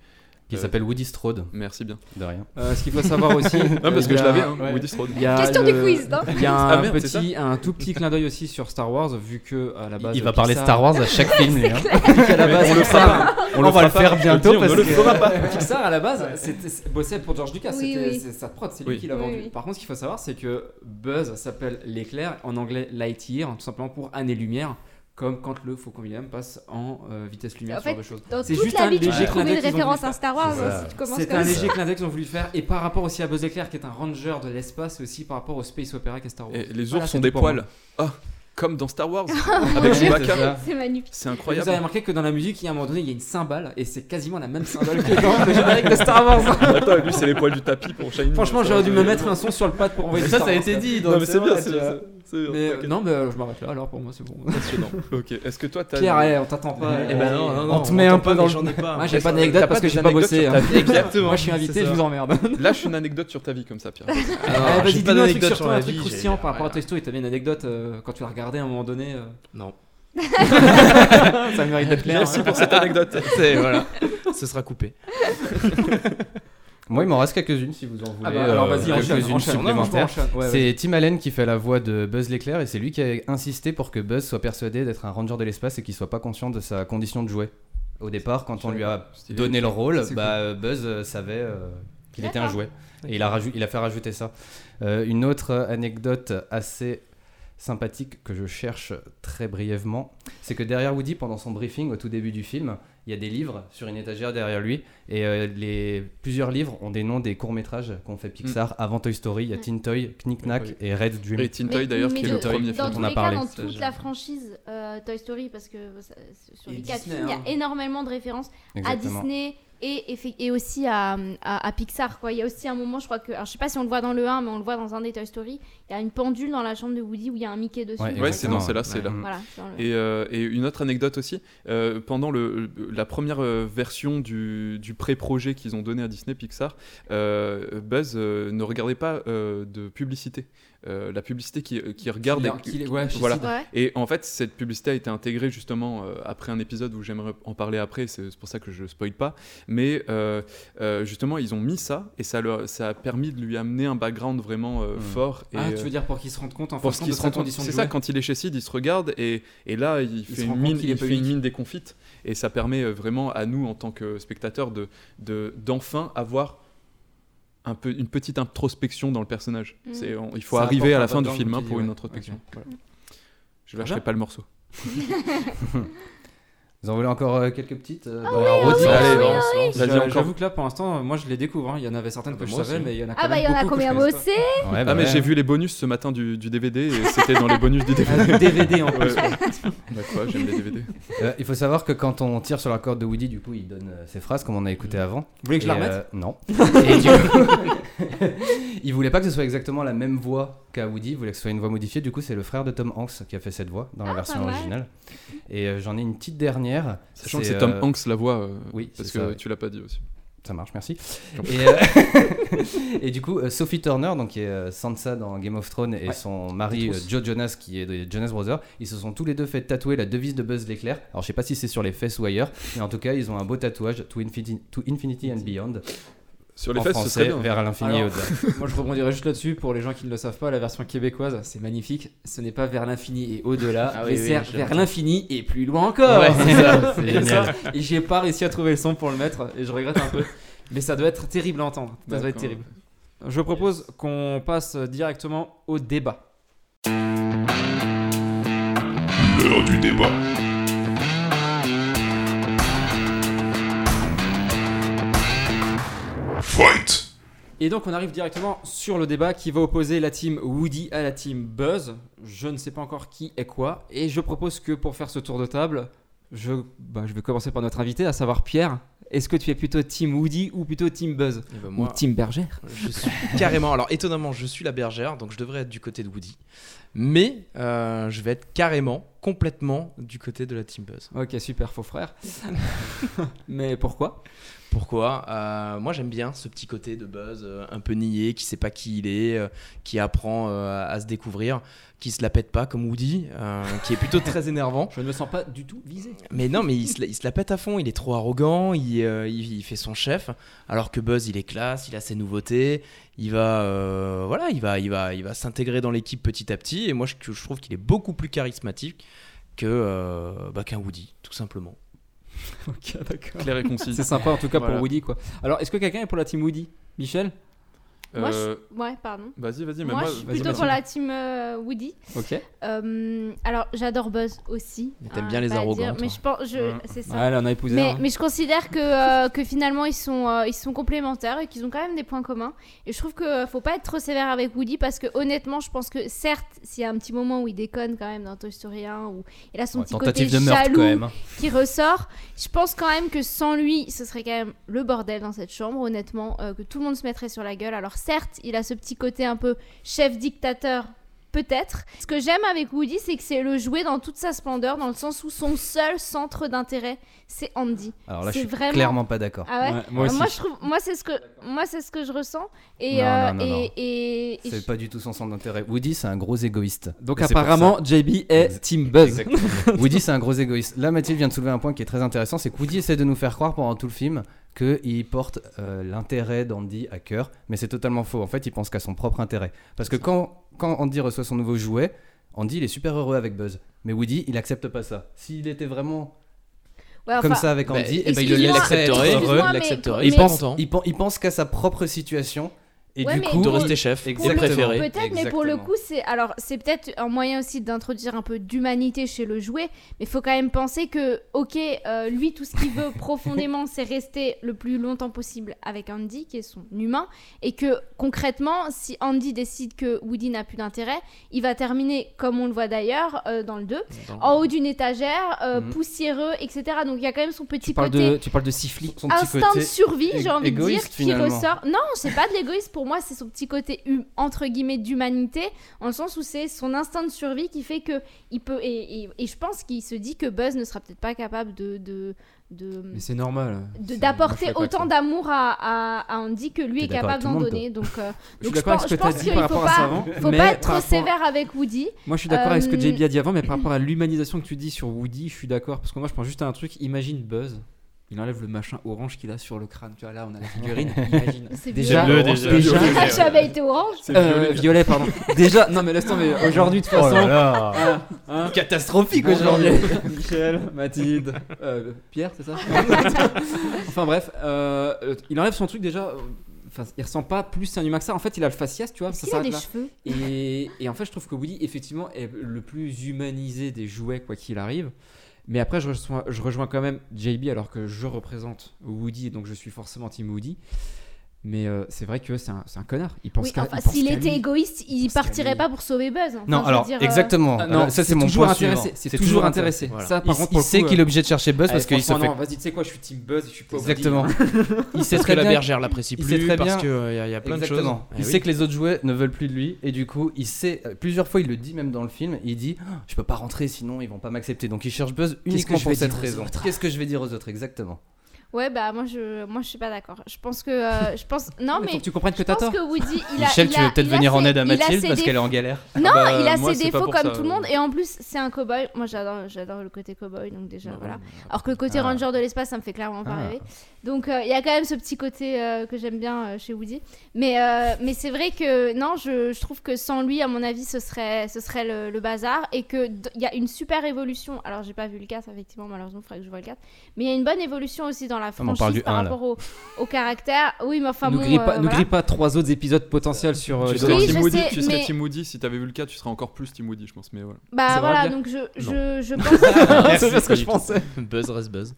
S11: Qui
S4: Euh,
S11: s'appelle Woody Strode.
S4: Merci bien.
S11: De rien.
S1: Euh, ce qu'il faut savoir aussi.
S4: <laughs> non, parce
S1: il
S4: que
S1: y
S4: je
S1: a-
S4: l'avais, hein,
S1: ouais.
S4: Woody Strode.
S1: Il y a
S9: Question
S1: le-
S9: du quiz, hein. non
S1: Il y a un,
S4: Ah merde, c'est ça
S1: petit, un tout petit clin d'œil aussi sur Star Wars, vu que à la base.
S11: Il va parler de Star Wars à chaque film, lui, hein.
S1: Vu qu'à la
S4: <laughs>
S11: Mais
S1: base,
S11: on le
S1: Pixar-
S11: fera pas. Ah, On le fera pas, je te le dis, on ne le fera pas.
S1: Pixar, à la base, c'était- c'est- bossait pour George Lucas.
S9: Oui,
S1: c'était
S9: oui.
S1: c'est sa prod, c'est lui
S4: Oui.
S1: qui l'a
S4: Oui,
S1: vendu.
S4: oui.
S1: Par contre, ce qu'il faut savoir, c'est que Buzz s'appelle l'éclair, en anglais Lightyear, tout simplement pour année-lumière. Comme quand le Faucon William passe en euh, vitesse lumière,
S9: En
S1: ce genre
S9: fait,
S1: de choses.
S9: dans
S1: C'est
S9: toute
S1: juste
S9: la
S1: un
S9: vie, tu
S1: léger
S9: peux
S1: clin
S9: trouver
S1: d'œil
S9: une
S1: qu'ils ont voulu
S9: référence à
S1: faire.
S9: Star Wars,
S11: hein, si tu
S9: commences
S1: C'est
S9: comme
S1: un
S9: ça.
S1: léger clin d'œil qu'ils ont voulu faire. Et par rapport aussi à Buzz Éclair, qui est un ranger de l'espace, et aussi par rapport au Space Opera qui est Star Wars.
S4: Et les ours
S1: Voilà,
S4: sont
S1: c'est
S4: des
S1: tout pour
S4: poils.
S1: moi.
S4: Ah, comme dans
S1: <laughs>
S4: Star Wars.
S9: Mon
S4: avec
S9: Dieu,
S4: Chewbacca.
S9: C'est magnifique.
S4: C'est
S1: Et Vous
S4: incroyable.
S1: avez remarqué que dans la musique, il y a un moment donné, il y a une cymbale et c'est quasiment la même cymbale que dans le générique de Star Wars.
S4: <laughs> Attends, lui, c'est les poils du tapis pour Shining.
S1: Franchement,
S4: Ça,
S1: j'aurais dû
S4: c'est-
S1: me mettre un son sur le pad pour envoyer
S4: Mais
S1: du
S4: ça,
S1: Star
S4: ça a
S1: Wars,
S4: été
S1: quoi.
S4: dit, donc
S1: Non, mais
S4: c'est
S1: c'est
S4: vrai,
S1: bien,
S4: c'est-
S1: c'est-
S4: c'est- c'est-
S1: Mais,
S4: ok.
S1: Non, mais euh, je m'arrête là alors pour moi, c'est bon.
S4: Passionnant. Ok. Est-ce que toi, t'as.
S1: Pierre, eh, on t'attend pas.
S4: Eh ben non, non, non,
S1: On te met
S4: m'entend
S1: un peu
S4: pas,
S1: dans
S4: mais
S1: le-
S4: j'en ai
S10: <laughs>
S4: pas.
S1: Moi, j'ai pas d'anecdote
S4: T'as
S1: parce que
S4: des
S1: j'ai pas
S4: anecdotes
S1: bossé,
S4: sur
S1: hein.
S4: ta
S1: <laughs>
S4: vie. Exactement.
S1: Moi, je suis invité,
S4: C'est
S1: je
S4: ça.
S1: vous emmerde.
S4: Lâche une anecdote sur ta vie comme ça, Pierre.
S10: Eh,
S1: Ah,
S4: j'ai
S1: Vas-y,
S4: pas
S1: dis-nous un truc
S4: d'anecdote
S1: sur
S4: sur
S1: toi,
S4: la
S1: un truc
S4: vie,
S1: croustillant
S4: j'ai-
S1: par rapport à Toy Story. T'avais une anecdote euh, quand tu l'as regardé à un moment donné euh,
S10: Non.
S1: ça mérite d'être clair.
S10: Merci
S1: hein.
S10: pour cette anecdote. <laughs> C'est- voilà. Ce sera coupé.
S11: Moi, il m'en reste quelques-unes si vous en voulez. euh,
S1: Ah bah, alors, vas-y, enchaîne,
S11: quelques-unes
S1: enchaîne.
S11: supplémentaires.
S1: Non, non, enchaîne. Ouais,
S11: c'est Tim Allen qui fait la voix de Buzz l'éclair et c'est lui qui a insisté pour que Buzz soit persuadé d'être un ranger de l'espace et qu'il soit pas conscient de sa condition de jouet. Au départ, quand on lui a
S10: Stylé.
S11: donné le rôle,
S10: C'est
S11: bah, euh, Buzz euh, savait euh, qu'il était un
S10: D'accord.
S11: jouet et il a, raju- il a fait rajouter ça. Euh, une autre anecdote assez sympathique que je cherche très brièvement, c'est que derrière Woody, pendant son briefing au tout début du film, il y a des livres sur une étagère derrière lui et euh, les plusieurs livres ont des noms des courts métrages qu'ont fait Pixar avant Toy Story. Il y
S4: Mm.
S11: a Tin Toy, Knick Knack et Red Dream.
S4: Et Tin Toy, Mais- d'ailleurs, mais qui est le de- premier
S9: Dans
S11: dont
S9: tous
S11: on a
S9: les cas,
S11: parlé.
S9: dans toute la franchise euh, Toy Story, parce que ça- sur
S1: Et
S9: les quatre
S1: Disney,
S9: films, il
S1: hein.
S9: y a énormément de références à
S11: Exactement.
S9: Disney et, et, fait- et aussi à, à- à Pixar. Quoi. Il y a aussi un moment, je crois que. Alors, je sais pas si on le voit dans le 1, mais on le voit dans un des Toy Story. Il y a une pendule dans la chambre de Woody où il y a un Mickey dessus.
S4: Ouais, c'est dans celle-là,
S9: Ouais.
S4: c'est là.
S9: Voilà, c'est dans le-
S4: Et, euh, et une autre anecdote aussi, euh, pendant le, la première euh, version du, du pré-projet qu'ils ont donné à Disney Pixar, euh, Buzz euh, ne regardait pas euh, de publicité. Euh, la publicité qui, qui regarde.
S1: Qui- qui- ouais, je
S4: voilà.
S1: sais. Ouais.
S4: Et en fait, cette publicité a été intégrée justement euh, après un épisode où j'aimerais en parler après, c'est c'est pour ça que je spoil pas. Mais euh, euh, justement, ils ont mis ça et ça, leur, ça a permis de lui amener un background vraiment euh, fort. Et,
S1: Ah, tu veux dire pour qu'il se rende compte en
S4: pour
S1: fin de compte de
S4: qu'il se
S1: sa
S4: rende compte.
S1: condition de
S4: C'est ça,
S1: jouer.
S4: quand il est chez Sid, il se regarde et, et là, il,
S1: se
S4: fait, une
S1: rend
S4: mine,
S1: compte qu'il est
S4: il
S1: pas
S4: fait une
S1: unique.
S4: mine déconfite. Et ça permet euh, vraiment à nous, en tant que spectateurs, d'enfin de, d'enfin avoir un peu, une petite introspection dans le personnage.
S1: Mm.
S4: C'est- on- il faut
S1: Ça apporte
S4: arriver à
S1: un
S4: la fin du
S1: background,
S4: film
S1: tu
S4: hein,
S1: dis,
S4: pour
S1: ouais.
S4: une introspection.
S1: Ok.
S4: Voilà. Je
S1: Très
S4: lâcherai
S1: bien.
S4: pas le morceau.
S11: Vous en voulez encore euh, quelques petites euh, bah,
S4: oui, ah
S11: Rôti,
S4: oui,
S11: allez,
S4: ah oui,
S11: on
S4: ah
S11: se
S4: oui.
S11: lance.
S4: Vas-y,
S1: J'a-
S4: encore.
S1: J'avoue que là, pour l'instant, moi je les découvre. hein. Il y en avait certaines que je
S4: moi
S1: savais,
S4: aussi.
S1: mais il y en a quand
S9: Ah bah, il y en a combien moi aussi
S11: Ouais, bah
S4: ah mais
S11: ouais.
S4: j'ai vu les bonus ce matin du, du DVD et c'était dans les bonus du DVD.
S1: Un DVD en plus.
S4: <laughs> Ouais. Bah quoi, j'aime les DVD.
S11: Euh, il faut savoir que quand on tire sur la corde de Woody, du coup, il donne euh, ses phrases comme on a écouté avant.
S1: Vous voulez Mmh. que je la
S11: Et,
S1: remette
S11: euh,
S1: <laughs>
S11: Non. Et du coup, <laughs> il voulait pas que ce soit exactement la même voix qu'à Woody. Il voulait que ce soit une voix modifiée. Du coup, c'est le frère de Tom Hanks qui a fait cette voix dans la version
S4: mal.
S11: originale. Et euh, j'en ai une petite dernière.
S4: Sachant que c'est Tom Hanks la voix. euh,
S11: oui,
S4: parce
S11: c'est
S4: que
S11: ça, oui.
S4: tu l'as pas dit aussi.
S11: Ça marche, merci.
S4: J'en prie.
S11: Et, euh, <laughs> et du coup, euh, Sophie Turner, donc qui est euh, Sansa dans Game of Thrones, et
S4: Ouais.
S11: son mari
S4: Des
S11: euh,
S4: trousses.
S11: Joe Jonas, qui est des Jonas Brothers, ils se sont tous les deux fait tatouer la devise de Buzz l'éclair. Alors, je sais pas si c'est sur les fesses ou ailleurs, mais en tout cas, ils ont un beau tatouage To Infinity, To Infinity and Beyond.
S4: Sur les
S11: En
S4: fesses, ce
S11: français,
S4: serait bien.
S11: vers l'infini et
S1: Alors,
S11: au-delà.
S4: euh,
S1: Moi, je rebondirais juste là-dessus pour les gens qui ne le savent pas. La version québécoise, c'est magnifique. Ce n'est pas vers l'infini et au-delà,
S10: Ah oui,
S1: mais
S10: oui,
S1: c'est
S10: je-
S1: vers l'infini et plus loin encore.
S10: Ouais,
S1: <laughs>
S10: c'est ça, c'est
S1: Et
S10: génial.
S1: ça, Et j'ai pas réussi à trouver le son pour le mettre et je regrette un peu. Mais ça doit être terrible à entendre. Ça doit être
S4: D'accord.
S1: terrible. Je propose qu'on passe directement au débat.
S17: L'heure du débat. Fight
S1: Et donc on arrive directement sur le débat qui va opposer la team Woody à la team Buzz. Je ne sais pas encore qui est quoi. Et je propose que pour faire ce tour de table, je, bah, je vais commencer par notre invité, à savoir Pierre. Est-ce que tu es plutôt team Woody ou plutôt team Buzz
S10: Eh ben,
S1: Ou team Bergère
S10: Je suis <laughs> carrément. Alors étonnamment, je suis la bergère, donc je devrais être du côté de Woody. Mais euh, je vais être carrément, complètement du côté de la Team Buzz.
S1: Ok, super, faux <laughs> frère. Mais pourquoi
S10: Pourquoi Euh, Moi j'aime bien ce petit côté de Buzz, euh, un peu niais, qui sait pas qui il est, euh, qui apprend euh, à, à se découvrir, qui se la pète pas comme Woody, euh, qui est plutôt <laughs> très énervant.
S1: Je ne me sens pas du tout visé.
S10: Mais non, mais il se, la, il se la pète à fond, il est trop arrogant, il, euh, il- il fait son chef, alors que Buzz, il est classe, il a ses nouveautés, il va, euh, voilà, il va, il va, il va s'intégrer dans l'équipe petit à petit, et moi, je, je trouve qu'il est beaucoup plus charismatique que euh, bah, qu'un Woody, tout simplement.
S1: Ok, d'accord.
S4: Clair et concis.
S1: C'est sympa en tout cas
S4: Voilà.
S1: pour Woody quoi. Alors est-ce que quelqu'un est pour la team Woody Michel
S9: Moi, je-
S4: Euh,
S9: Ouais, pardon.
S4: Vas-y, vas-y, mais
S9: moi,
S4: moi,
S9: je suis
S4: vas-y,
S9: plutôt
S4: Mathilde.
S9: pour la team euh, Woody.
S1: Ok.
S9: Euh, alors, j'adore Buzz aussi.
S10: Mais t'aimes
S9: hein,
S10: bien les
S9: pas à
S10: arrogants,
S9: dire, Mais
S10: toi.
S9: je pense, je,
S10: Ouais.
S9: c'est ça.
S1: Ah, elle en a épousé
S9: Mais,
S1: un.
S9: mais je considère que, euh, que finalement ils sont, euh, ils sont complémentaires et qu'ils ont quand même des points communs. Et je trouve que euh, faut pas être trop sévère avec Woody parce que honnêtement, je pense que certes, s'il y a un petit moment où il déconne quand même dans Toy Story 1 où il a <laughs> son
S11: Ouais,
S9: petit côté
S11: tentative de meurtre,
S9: jaloux
S11: quand même, hein.
S9: qui ressort, je pense quand même que sans lui, ce serait quand même le bordel dans cette chambre. Honnêtement, euh, que tout le monde se mettrait sur la gueule. Alors certes, il a ce petit côté un peu chef dictateur Peut-être. Ce que j'aime avec Woody, c'est que c'est le jouet dans toute sa splendeur, dans le sens où son seul centre d'intérêt, c'est Andy.
S11: Alors là, je
S9: C'est
S11: suis clairement pas d'accord.
S9: Ah ouais
S11: Ouais, moi aussi.
S9: moi, je trouve, moi, c'est ce que, moi, c'est ce que je ressens. Et, euh,
S11: Non, non, non,
S9: et,
S11: non.
S9: et- et
S11: C'est
S9: je-
S11: pas du tout son centre d'intérêt. Woody, c'est un gros égoïste.
S1: Donc
S11: Et c'est pour
S1: apparemment,
S11: ça.
S1: JB est team Buzz.
S9: Oh,
S11: Exactement. Woody, c'est un gros égoïste. Là, Mathilde vient de soulever un point qui est très intéressant c'est que Woody essaie de nous faire croire pendant tout le film qu'il porte euh, l'intérêt d'Andy à cœur, mais c'est totalement faux. En fait, il pense qu'à son propre intérêt. Parce que quand, quand Andy reçoit son nouveau jouet, Andy, il est super heureux avec Buzz. Mais Woody, il accepte pas ça. S'il était vraiment
S9: Ouais,
S11: comme
S9: enfin,
S11: ça avec
S10: Bah,
S11: Andy, eh ben, il le
S10: excuse-moi,
S11: laisserait être
S10: excuse-moi,
S11: heureux.
S10: mais- l'accepterait.
S11: Il,
S10: mais-
S11: pense,
S10: content.
S11: il, pen- il pense qu'à sa propre situation. Et
S9: Ouais,
S11: du
S9: mais
S11: coup,
S10: De rester chef,
S9: pour le-
S11: Exactement.
S9: Peut-être, mais pour le
S11: Exactement.
S9: coup, c'est alors c'est peut-être un moyen aussi d'introduire un peu d'humanité chez le jouet, mais il faut quand même penser que, ok, euh, lui, tout ce qu'il
S1: <laughs>
S9: veut profondément, c'est rester le plus longtemps possible avec Andy, qui est son humain, et que concrètement, si Andy décide que Woody n'a plus d'intérêt, il va terminer, comme on le voit d'ailleurs euh, dans le 2,
S1: Dans-
S9: en haut d'une étagère, euh,
S1: Mhm.
S9: poussiéreux, etc. Donc il y a quand même son petit
S1: Tu parles,
S9: côté
S1: de, tu parles de Sifli.
S9: instinct de survie, j'ai envie de dire,
S1: égoïste,
S9: qui
S1: finalement.
S9: ressort. Non, c'est pas de l'égoïsme pour moi, c'est son petit côté hum- entre guillemets d'humanité, en le sens où c'est son instinct de survie qui fait que il peut et, et- et je pense qu'il se dit que Buzz ne sera peut-être pas capable de de de-
S1: Mais c'est normal.
S9: de-
S1: C'est-
S9: d'apporter
S1: moi, je ferais pas
S9: autant
S1: ça.
S9: d'amour à, à, à Andy que lui
S1: T'es
S9: est
S1: d'accord
S9: capable
S1: avec tout le
S9: d'en
S1: monde,
S9: donner. Donc, euh,
S1: Je suis
S9: donc
S1: d'accord avec
S9: pense-
S1: ce que t'as
S9: pense
S1: dit
S9: qu'il
S1: par
S9: faut
S1: rapport à
S9: pas-
S1: ça avant,
S9: faut
S1: mais
S9: pas être
S1: par
S9: trop
S1: rapport-
S9: sévère avec Woody.
S1: Moi, je suis d'accord avec ce que
S9: Euh,
S1: JB
S9: <clears throat>
S1: a dit avant, mais par rapport à l'humanisation que tu dis sur Woody, je suis d'accord. Parce que moi, je pense juste à un truc. Imagine Buzz. il enlève le machin orange qu'il a sur le crâne. Tu vois, là, on a la figurine, imagine.
S9: C'est bleu, déjà. Ah, tu avais été orange <laughs> C'est
S1: Euh,
S9: violet.
S1: violet,
S9: <laughs>
S1: pardon. Déjà, non, mais laisse tomber. Aujourd'hui, de toute
S10: Oh
S1: façon.
S10: là là. Catastrophique aujourd'hui.
S1: Michel, Mathilde, euh, Pierre, c'est
S9: <laughs>
S1: ça Enfin, bref, euh, euh, il enlève son truc déjà. euh, Enfin, il ressemble pas plus à un humain que ça. En fait, il a le faciès, tu vois.
S9: Est-ce
S1: ça
S9: qu'il a
S1: s'arrête
S9: des
S1: là.
S9: cheveux
S1: Et, et en fait, je trouve que Woody, effectivement, est le plus humanisé des jouets, quoi qu'il arrive. Mais après, je, reçois- je rejoins quand même JB, alors que je représente Woody, et donc je suis forcément Team Woody. Mais euh, c'est vrai que c'est un, c'est un connard. Il pense
S9: Oui,
S1: qu'à-
S9: enfin,
S1: il pense
S9: s'il
S1: qu'à
S9: était
S1: lui.
S9: égoïste, il partirait pas pour sauver Buzz. Enfin,
S11: Non,
S9: je veux
S11: alors,
S9: dire, euh,
S11: exactement.
S1: Ah,
S11: Alors, ça,
S1: c'est
S11: c'est mon
S1: toujours
S11: point
S1: intéressé,
S11: suivant.
S1: c'est toujours intéressé.
S11: Voilà.
S1: Ça, par
S11: il,
S1: contre,
S11: il
S1: pour le
S11: sait
S1: coup, euh,
S11: qu'il est obligé de chercher Buzz
S1: eh,
S11: parce qu'il se
S1: franchement,
S11: fait.
S1: non, vas-y, tu sais quoi, je suis Team Buzz, je suis pas Woody.
S11: Exactement. il sait
S10: Parce
S11: très
S10: que la
S11: bien-
S10: bergère l'apprécie
S11: il
S10: plus,
S11: sait très
S10: parce
S11: bien-
S10: que, euh, y a- y a plein de choses.
S11: Exactement.
S10: Eh
S11: Il
S10: oui.
S11: sait que les autres jouets ne veulent plus de lui et du coup, il sait euh, plusieurs fois, il le dit même dans le film, il dit Ah, je peux pas rentrer sinon ils vont pas m'accepter. Donc il cherche Buzz
S10: que
S11: uniquement
S10: je
S11: pour
S10: vais
S11: cette
S10: dire aux
S11: raison.
S10: autres
S11: Qu'est-ce que je vais dire aux autres exactement
S9: Ouais, bah moi je, moi, je suis pas d'accord. Je pense que. euh, je
S11: <laughs>
S9: pense... Non, mais.
S11: faut que tu comprennes que
S9: je
S11: t'as
S9: pense
S11: tort.
S9: que Woody, il a,
S11: Michel,
S9: il
S11: tu
S9: a-
S11: veux peut-être
S9: il a
S11: venir en
S9: ses-
S11: aide à
S9: il a
S11: Mathilde
S9: ses
S11: parce
S9: défauts.
S11: qu'elle est
S10: <laughs>
S11: en galère. Ah
S9: Non,
S11: bah,
S9: il a
S11: moi,
S9: ses
S11: c'est pas
S9: défauts
S11: pour
S9: comme
S11: ça.
S9: tout le monde. Et en plus, c'est un cowboy. Moi, j'adore j'adore le côté cowboy, donc déjà, voilà. Alors que le côté
S20: Ah.
S9: ranger de l'espace, ça me fait clairement pas
S20: Ah.
S9: rêver. Donc, euh, il y a quand même ce petit côté euh, que j'aime bien euh, chez Woody. Mais, euh, mais c'est vrai que, non, je, je trouve que sans lui, à mon avis, ce serait, ce serait le, le bazar. Et qu'il y a une super évolution. Alors, j'ai pas vu le 4, effectivement, malheureusement, il faudrait que je voie le 4. Mais il y a une bonne évolution aussi dans la
S11: Ah, mais on
S9: franchise
S11: parle du
S9: par
S11: un, là.
S9: rapport au, au caractère. Oui, mais enfin,
S1: nous
S9: bon,
S1: grille pas,
S9: euh,
S1: nous
S9: voilà.
S1: grille pas trois autres épisodes potentiels sur. euh,
S4: Tu
S1: le
S4: serais,
S9: Oui,
S4: Team
S9: je
S4: Woody,
S9: sais,
S4: tu serais
S9: mais-
S4: Team Woody, si t'avais vu le cas, tu serais encore plus Team Woody, je pense. Mais voilà.
S9: Bah
S4: Ça va
S9: voilà,
S4: bien
S9: donc je, je,
S4: Non.
S11: <laughs>
S9: je pense.
S4: C'est bien ce que je pensais.
S10: Buzz reste Buzz.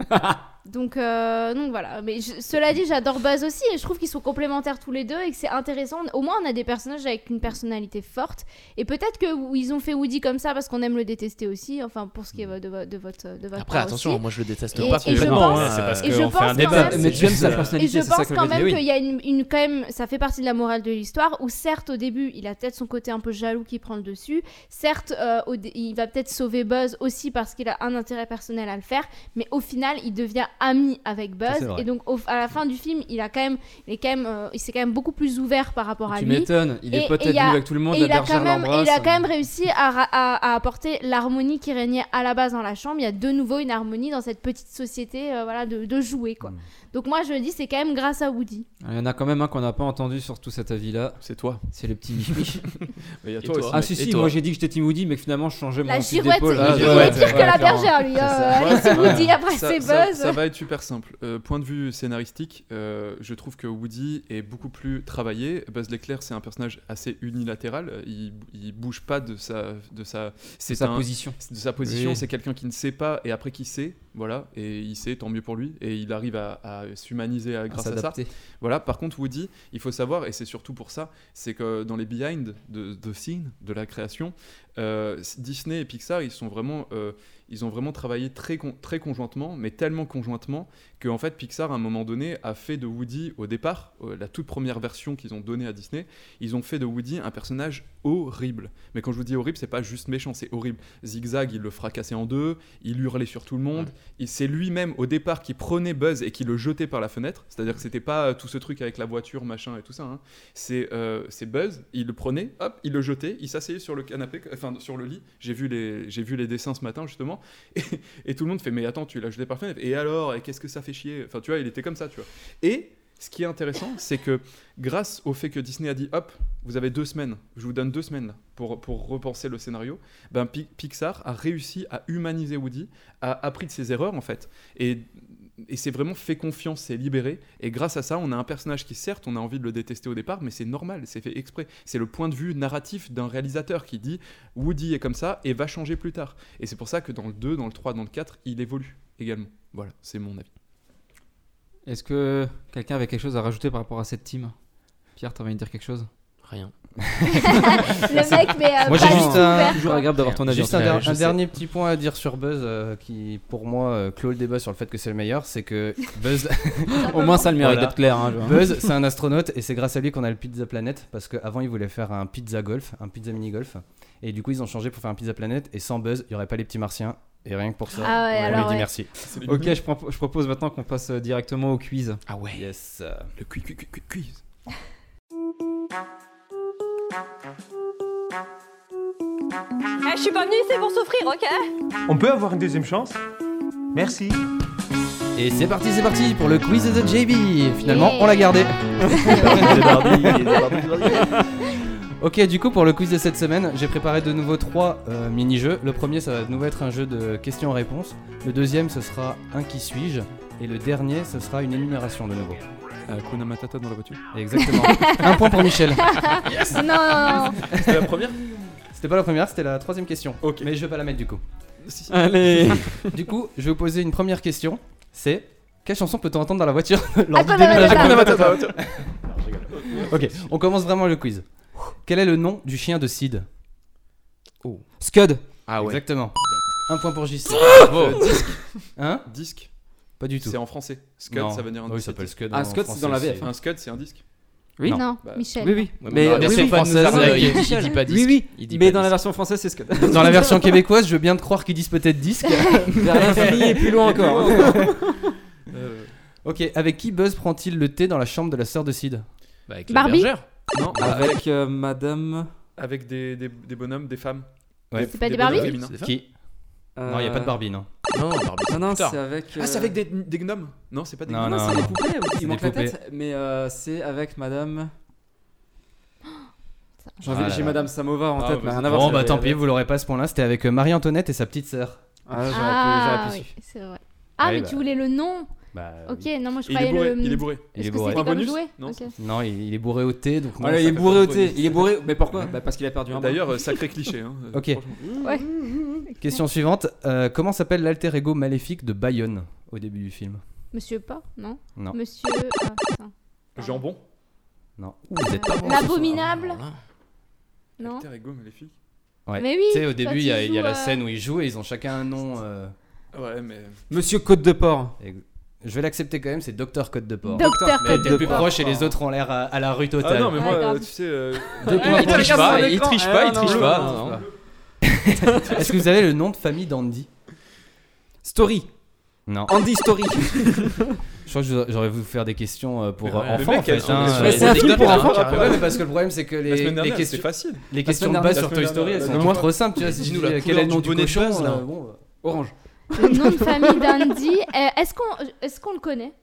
S9: Donc, euh, donc voilà. Mais je- cela dit, j'adore Buzz aussi et je trouve qu'ils sont complémentaires tous les deux et que c'est intéressant. Au moins, on a des personnages avec une personnalité forte. Et peut-être qu'ils ont fait Woody comme ça parce qu'on aime le détester aussi. Enfin, pour ce qui est de, vo- de votre de votre
S10: Après,
S9: part
S10: attention,
S9: aussi.
S10: moi, je le déteste
S9: Et-
S10: pas
S9: Et je
S10: complètement,
S9: pense,
S10: hein, c'est parce
S9: et
S10: qu'on
S9: je
S10: fait un
S9: pense quand
S1: Eh ben,
S10: débat,
S9: même-
S10: c'est Mais tu juste- aimes sa personnalité,
S9: Et je
S10: c'est ça
S9: pense
S10: que je
S9: quand
S10: veux dire,
S9: même
S10: oui.
S9: qu'il y a une, une- quand même, ça fait partie de la morale de l'histoire où certes au début, il a peut-être son côté un peu jaloux qui prend le dessus. Certes, euh, au dé- il va peut-être sauver Buzz aussi parce qu'il a un intérêt personnel à le faire. Mais au final, il devient ami avec
S20: Ça, c'est
S9: Buzz
S20: vrai.
S9: et donc au- à la fin du film, il a quand même, il est quand même, euh, il s'est quand même beaucoup plus ouvert par rapport à
S1: Tu
S9: lui.
S1: m'étonnes, il est
S9: Et-
S1: pote
S9: et il
S1: admis
S9: a-
S1: avec tout le monde,
S9: et
S1: la
S9: il a
S1: bergère
S9: quand même, et il a
S1: l'embrasse.
S10: euh.
S9: quand même réussi à, ra- à- à apporter l'harmonie qui régnait à la base dans la chambre. Il y a de nouveau une harmonie dans cette petite société, euh, voilà, de, de jouets quoi.
S10: Hmm.
S9: Donc moi je dis c'est quand même grâce à Woody.
S1: Il y en a quand même un qu'on n'a pas entendu sur tout cet avis-là.
S4: C'est toi.
S1: C'est le petit Mich-Mich.
S4: Mais il y a toi aussi,
S1: <laughs> Ah
S4: mais-
S1: si,
S4: et
S1: si,
S4: toi
S1: moi j'ai dit que j'étais Team Woody, mais que finalement je changeais mon
S9: La
S1: fusil
S9: girouette,
S1: d'épaule. Ah,
S9: il est pire que la bergère, lui, hein, euh, allez, c'est Woody, après,
S4: Ah, Ça-
S9: c'est
S4: ça-
S9: Buzz.
S4: Ça va être super simple. Euh, point de vue scénaristique, euh, je trouve que Woody est beaucoup plus travaillé. Buzz l'éclair, c'est un personnage assez unilatéral. Il, il bouge pas de sa de sa c'est
S1: sa position.
S4: De sa position,
S1: Oui.
S4: c'est quelqu'un qui ne sait pas et après qui sait, voilà. Et il sait, tant mieux pour lui. Et il arrive à, à s'humaniser à- grâce à, ça.
S1: s'adapter.
S4: Voilà. Par contre, Woody, il faut savoir, et c'est surtout pour ça, c'est que dans les behind de de scene de la création, euh, Disney et Pixar, ils sont vraiment, euh, ils ont vraiment travaillé très con- très conjointement, mais tellement conjointement que en fait Pixar à un moment donné a fait de Woody au départ, euh, la toute première version qu'ils ont donnée à Disney, ils ont fait de Woody un personnage horrible. Mais quand je vous dis horrible, c'est pas juste méchant, c'est horrible. Zigzag, il le fracassait en deux, il hurlait sur tout le monde. Il C'est lui-même au départ qui prenait Buzz et qui le jetait par la fenêtre. C'est-à-dire que c'était pas euh, tout ce truc avec la voiture, machin et tout ça. hein. C'est euh, c'est Buzz, il le prenait, hop, il le jetait, il s'asseyait sur le canapé, enfin sur le lit. J'ai vu les j'ai vu les dessins ce matin justement <laughs> et, et tout le monde fait mais attends tu l'as jeté par la fenêtre et alors et qu'est-ce que ça fait chier. Enfin tu vois il était comme ça tu vois. Et ce qui est intéressant, c'est que grâce au fait que Disney a dit hop, vous avez deux semaines, je vous donne deux semaines là, pour, pour repenser le scénario, ben, Pi- Pixar a réussi à humaniser Woody, a appris de ses erreurs en fait, et, et s'est vraiment fait confiance, s'est libéré, et grâce à ça, on a un personnage qui certes, on a envie de le détester au départ, mais c'est normal, c'est fait exprès. C'est le point de vue narratif d'un réalisateur qui dit Woody est comme ça et va changer plus tard. Et c'est pour ça que dans le 2, dans le 3, dans le 4, il évolue également. Voilà, c'est mon avis.
S1: Est-ce que quelqu'un avait quelque chose à rajouter par rapport à cette team Pierre, t'as envie de dire quelque chose
S10: Rien.
S9: Le mec, mais, euh,
S11: Moi j'ai
S9: pas
S11: juste
S9: du
S11: un,
S9: tout
S1: Toujours agréable d'avoir ton avis.
S11: Juste un, der- un dernier petit point à dire sur Buzz euh, qui pour moi euh, clôt le débat sur le fait que c'est le meilleur,
S10: <laughs>
S11: c'est que Buzz.
S1: Au moins, ça a le mérite d'être clair, hein, genre.
S11: Buzz c'est un astronaute et c'est grâce à lui qu'on a le Pizza Planet parce qu'avant ils voulaient faire un pizza golf, un pizza mini golf et du coup ils ont changé pour faire un pizza planet et sans Buzz il y aurait pas les petits martiens et rien que pour ça
S9: Ah ouais,
S11: on
S9: alors
S11: lui dit
S9: ouais.
S11: merci.
S1: <laughs> Ok, je, propo- je propose maintenant qu'on passe euh, directement au quiz.
S10: Ah ouais.
S11: Yes. euh.
S4: Le quiz, quiz, quiz, quiz.
S21: je suis pas venue ici pour souffrir, ok
S6: On peut avoir une deuxième chance Merci.
S11: Et c'est parti, c'est parti pour le quiz de the JB. Finalement, on l'a gardé. Ok, du coup, pour le quiz de cette semaine, j'ai préparé de nouveau trois euh, mini-jeux. Le premier, ça va de nouveau être un jeu de questions-réponses. Le deuxième, ce sera un qui suis-je. Et le dernier, ce sera une énumération de nouveau.
S4: Euh, Kuna Matata dans la voiture <laughs>
S11: Exactement. un point pour Michel.
S4: Yes.
S9: Non, non, non.
S4: C'était la première
S11: C'était pas la première, c'était la troisième question. Ok. Mais je vais pas la mettre du coup.
S4: Si.
S11: Ah,
S1: Allez.
S11: du coup, je vais vous poser une première question. C'est quelle chanson peut-on entendre dans la voiture lors du
S9: Hakuna Matata.
S11: déménagement
S9: Hakuna Matata.
S4: <laughs>
S11: Non, je rigole. Ok, on commence vraiment le quiz. Quel est le nom du chien de Sid
S10: Oh.
S1: Scud.
S10: Ah ouais.
S11: Exactement. Un point pour JC.
S4: Euh, disque.
S11: Hein
S4: Disque.
S11: Pas du tout.
S4: C'est en français. Scud,
S11: Non.
S4: ça veut dire un
S11: Oui,
S4: disque.
S11: ça s'appelle Scud
S1: Ah, en Scud, c'est français, dans la VF, c'est-
S4: Un Scud, c'est un disque
S1: Oui.
S9: Non,
S4: Bah,
S9: Michel.
S1: Oui, oui.
S10: mais dans la version
S1: oui, oui.
S10: française,
S1: Non, non,
S10: euh,
S1: mais-
S10: il- il dit pas
S1: Oui,
S10: disque.
S1: oui.
S10: Il dit
S1: mais
S10: pas
S1: dans la
S10: disque.
S1: version française, c'est ce que. <laughs>
S11: Dans la version québécoise, je veux bien te croire qu'ils disent peut-être disque.
S1: Vers l'infini et plus loin encore. hein.
S4: Euh,
S11: ok, avec qui Buzz prend-il le thé dans la chambre de la sœur de Sid
S10: Bah, avec
S9: Barbie
S10: bergère.
S4: Non,
S11: Ah
S1: Avec euh, Madame.
S4: avec des, des, des bonhommes, des femmes.
S11: Ouais.
S9: C'est pas des
S4: bonhommes
S9: Barbie
S4: féminins.
S10: C'est des
S11: Qui
S1: euh,
S11: Non, il a pas de Barbie, non.
S10: Non, Barbie.
S1: Non, non,
S10: plus tard.
S1: c'est avec.
S4: Ah, c'est
S1: euh,
S4: avec des, des gnomes Non, c'est pas des
S11: Non,
S4: gnomes.
S11: non.
S1: C'est des poupées.
S11: hein. C'est
S1: Il manque
S11: des
S1: la
S11: poupées.
S1: tête. Mais euh, c'est avec Madame. J'ai
S11: Ah
S1: envie-
S11: là
S1: J'ai
S11: là.
S1: Madame Samova en
S4: Ah,
S1: tête,
S4: bah,
S1: mais rien à voir.
S11: Bon,
S1: ça
S11: bah
S1: fait-
S11: tant pis, vous l'aurez pas ce point-là. C'était avec euh, Marie-Antoinette et sa petite sœur.
S1: Ah, j'aurais pu-
S9: Ah,
S1: j'aurais
S9: oui,
S1: pu.
S9: c'est vrai. Ah,
S11: Oui,
S9: mais
S11: bah.
S9: tu voulais le nom
S11: Bah,
S9: Ok,
S11: oui.
S9: non, moi je
S4: Et il est
S9: croyais
S4: bourré.
S9: le.
S4: Il est bourré.
S11: Il
S9: Est-ce
S11: est
S9: que
S11: bourré.
S9: c'était comme
S4: bonus
S9: jouet
S4: Non.
S9: Ok.
S11: Non, il, il est bourré au thé, donc. non,
S1: Voilà, il
S11: ça
S1: est
S11: fait
S1: bourré
S11: pas
S1: au
S11: de
S1: thé.
S11: bonus.
S1: Il est bourré. Mais pourquoi Bah, Parce qu'il a perdu un bras.
S4: D'ailleurs, euh, sacré cliché. Hein, euh,
S11: Ok.
S4: franchement.
S9: Ouais.
S11: Question suivante. Euh, comment s'appelle l'alter ego maléfique de Bayonne au début du film
S9: Monsieur pas Non.
S11: Non.
S9: Monsieur. ah, putain.
S4: Jambon.
S11: Non. vous êtes pas bon.
S9: L'abominable Non.
S4: Alter ego, mais les filles.
S11: Ouais.
S9: Mais oui,
S11: Tu sais, au
S9: quand
S11: début,
S9: ils
S11: il y a, il y a la
S9: jouent, euh,
S11: scène où ils jouent et ils ont chacun un nom. euh,
S4: Ouais, mais.
S1: Monsieur Côte de Porc.
S11: et- Je vais l'accepter quand même, c'est Docteur Code de Porc.
S9: Docteur
S11: Mais
S9: Code
S11: t'es le
S9: de
S11: plus
S9: Porc.
S11: proche et les autres ont l'air à, à la rue totale.
S4: Ah non, mais
S9: Ouais,
S4: moi,
S9: grave.
S4: euh, tu sais. euh,
S1: Ah,
S11: il triche pas,
S10: il triche pas, il triche pas, Ah non, non.
S11: <laughs> Est-ce que vous avez le nom de famille d'Andy
S1: Story.
S11: Non.
S1: Andy
S11: <laughs>
S1: Story.
S11: Je crois que je- j'aurais voulu vous faire des questions euh, pour
S10: Mais
S11: euh,
S10: ouais, mais
S11: enfants
S4: mec,
S11: en fait.
S4: elles sont- elles sont-
S1: Mais
S11: Euh,
S1: c'est un film pour enfants.
S10: carrément.
S11: Ouais, mais parce que le problème c'est que
S4: La
S11: les,
S4: semaine
S11: les
S4: dernière, c'est
S11: questions,
S4: facile.
S11: les questions de
S1: dernière,
S11: base
S4: la
S11: sur
S4: semaine
S11: Toy Story elles
S4: dernière,
S11: sont
S4: la
S11: toutes
S4: dernière.
S11: trop simples. Tu vois, si tu dis
S10: Dis-nous la
S11: euh, quel
S10: couleur
S11: est le nom
S10: du
S11: du
S10: bonnet de
S11: cochon,
S10: chasse, là.
S11: euh, bon,
S1: Orange.
S9: Le nom de famille d'Andy. euh, Est-ce qu'on est qu'on le connaît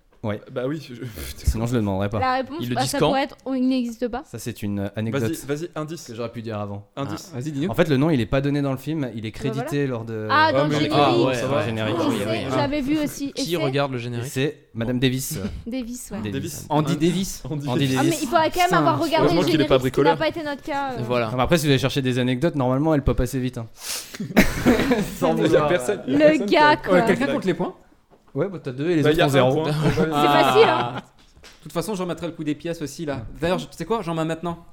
S4: Bah oui. je- putain.
S11: Sinon je le demanderais pas.
S9: La réponse,
S10: Ils le
S9: bah,
S10: disent
S9: ça
S10: quand
S9: pourrait être oh, il n'existe pas.
S11: Ça c'est une euh, anecdote
S4: Vas-y, vas-y, indice.
S11: que j'aurais pu dire avant.
S4: Indice.
S1: Vas-y, dis-nous.
S11: En fait le nom il est pas donné dans le film, il est
S9: Bah, voilà.
S11: crédité lors de.
S9: Ah, dans
S4: ouais,
S9: le
S4: mais-
S9: générique.
S10: Ah ouais,
S11: ça
S10: ça
S11: va,
S10: va.
S11: générique.
S9: Je
S11: oui,
S9: sais,
S11: oui.
S9: J'avais vu aussi. Et
S10: Qui
S9: c'est
S10: regarde le
S11: Et
S10: générique
S11: C'est Madame Davis. euh,
S9: Davis, ouais.
S11: Davis.
S1: Andy Davis.
S4: Andy
S11: Andy
S4: Davis.
S9: Ah, mais il faudrait quand même
S1: Putain,
S9: avoir regardé le
S4: heureusement qu'il est
S9: générique.
S4: pas
S9: ce qui n'a
S4: bricoleur.
S9: pas été notre cas. euh.
S10: Voilà.
S11: Ah, bah, après si vous allez chercher des anecdotes, normalement elle peut passer vite. hein. Sans
S4: Il y a
S11: vouloir, euh,
S4: personne. il y a
S9: Le
S4: personne qui a-
S9: gars, quoi.
S1: Ouais, Quelqu'un compte les points
S11: Ouais, bah t'as deux et les
S4: Bah, il y
S11: autres
S4: a
S11: ont
S4: un
S11: zéro.
S4: point.
S9: C'est facile, hein.
S1: De toute façon, j'en mettrai le coup des pièces aussi là. D'ailleurs, je- tu sais quoi J'en mets maintenant.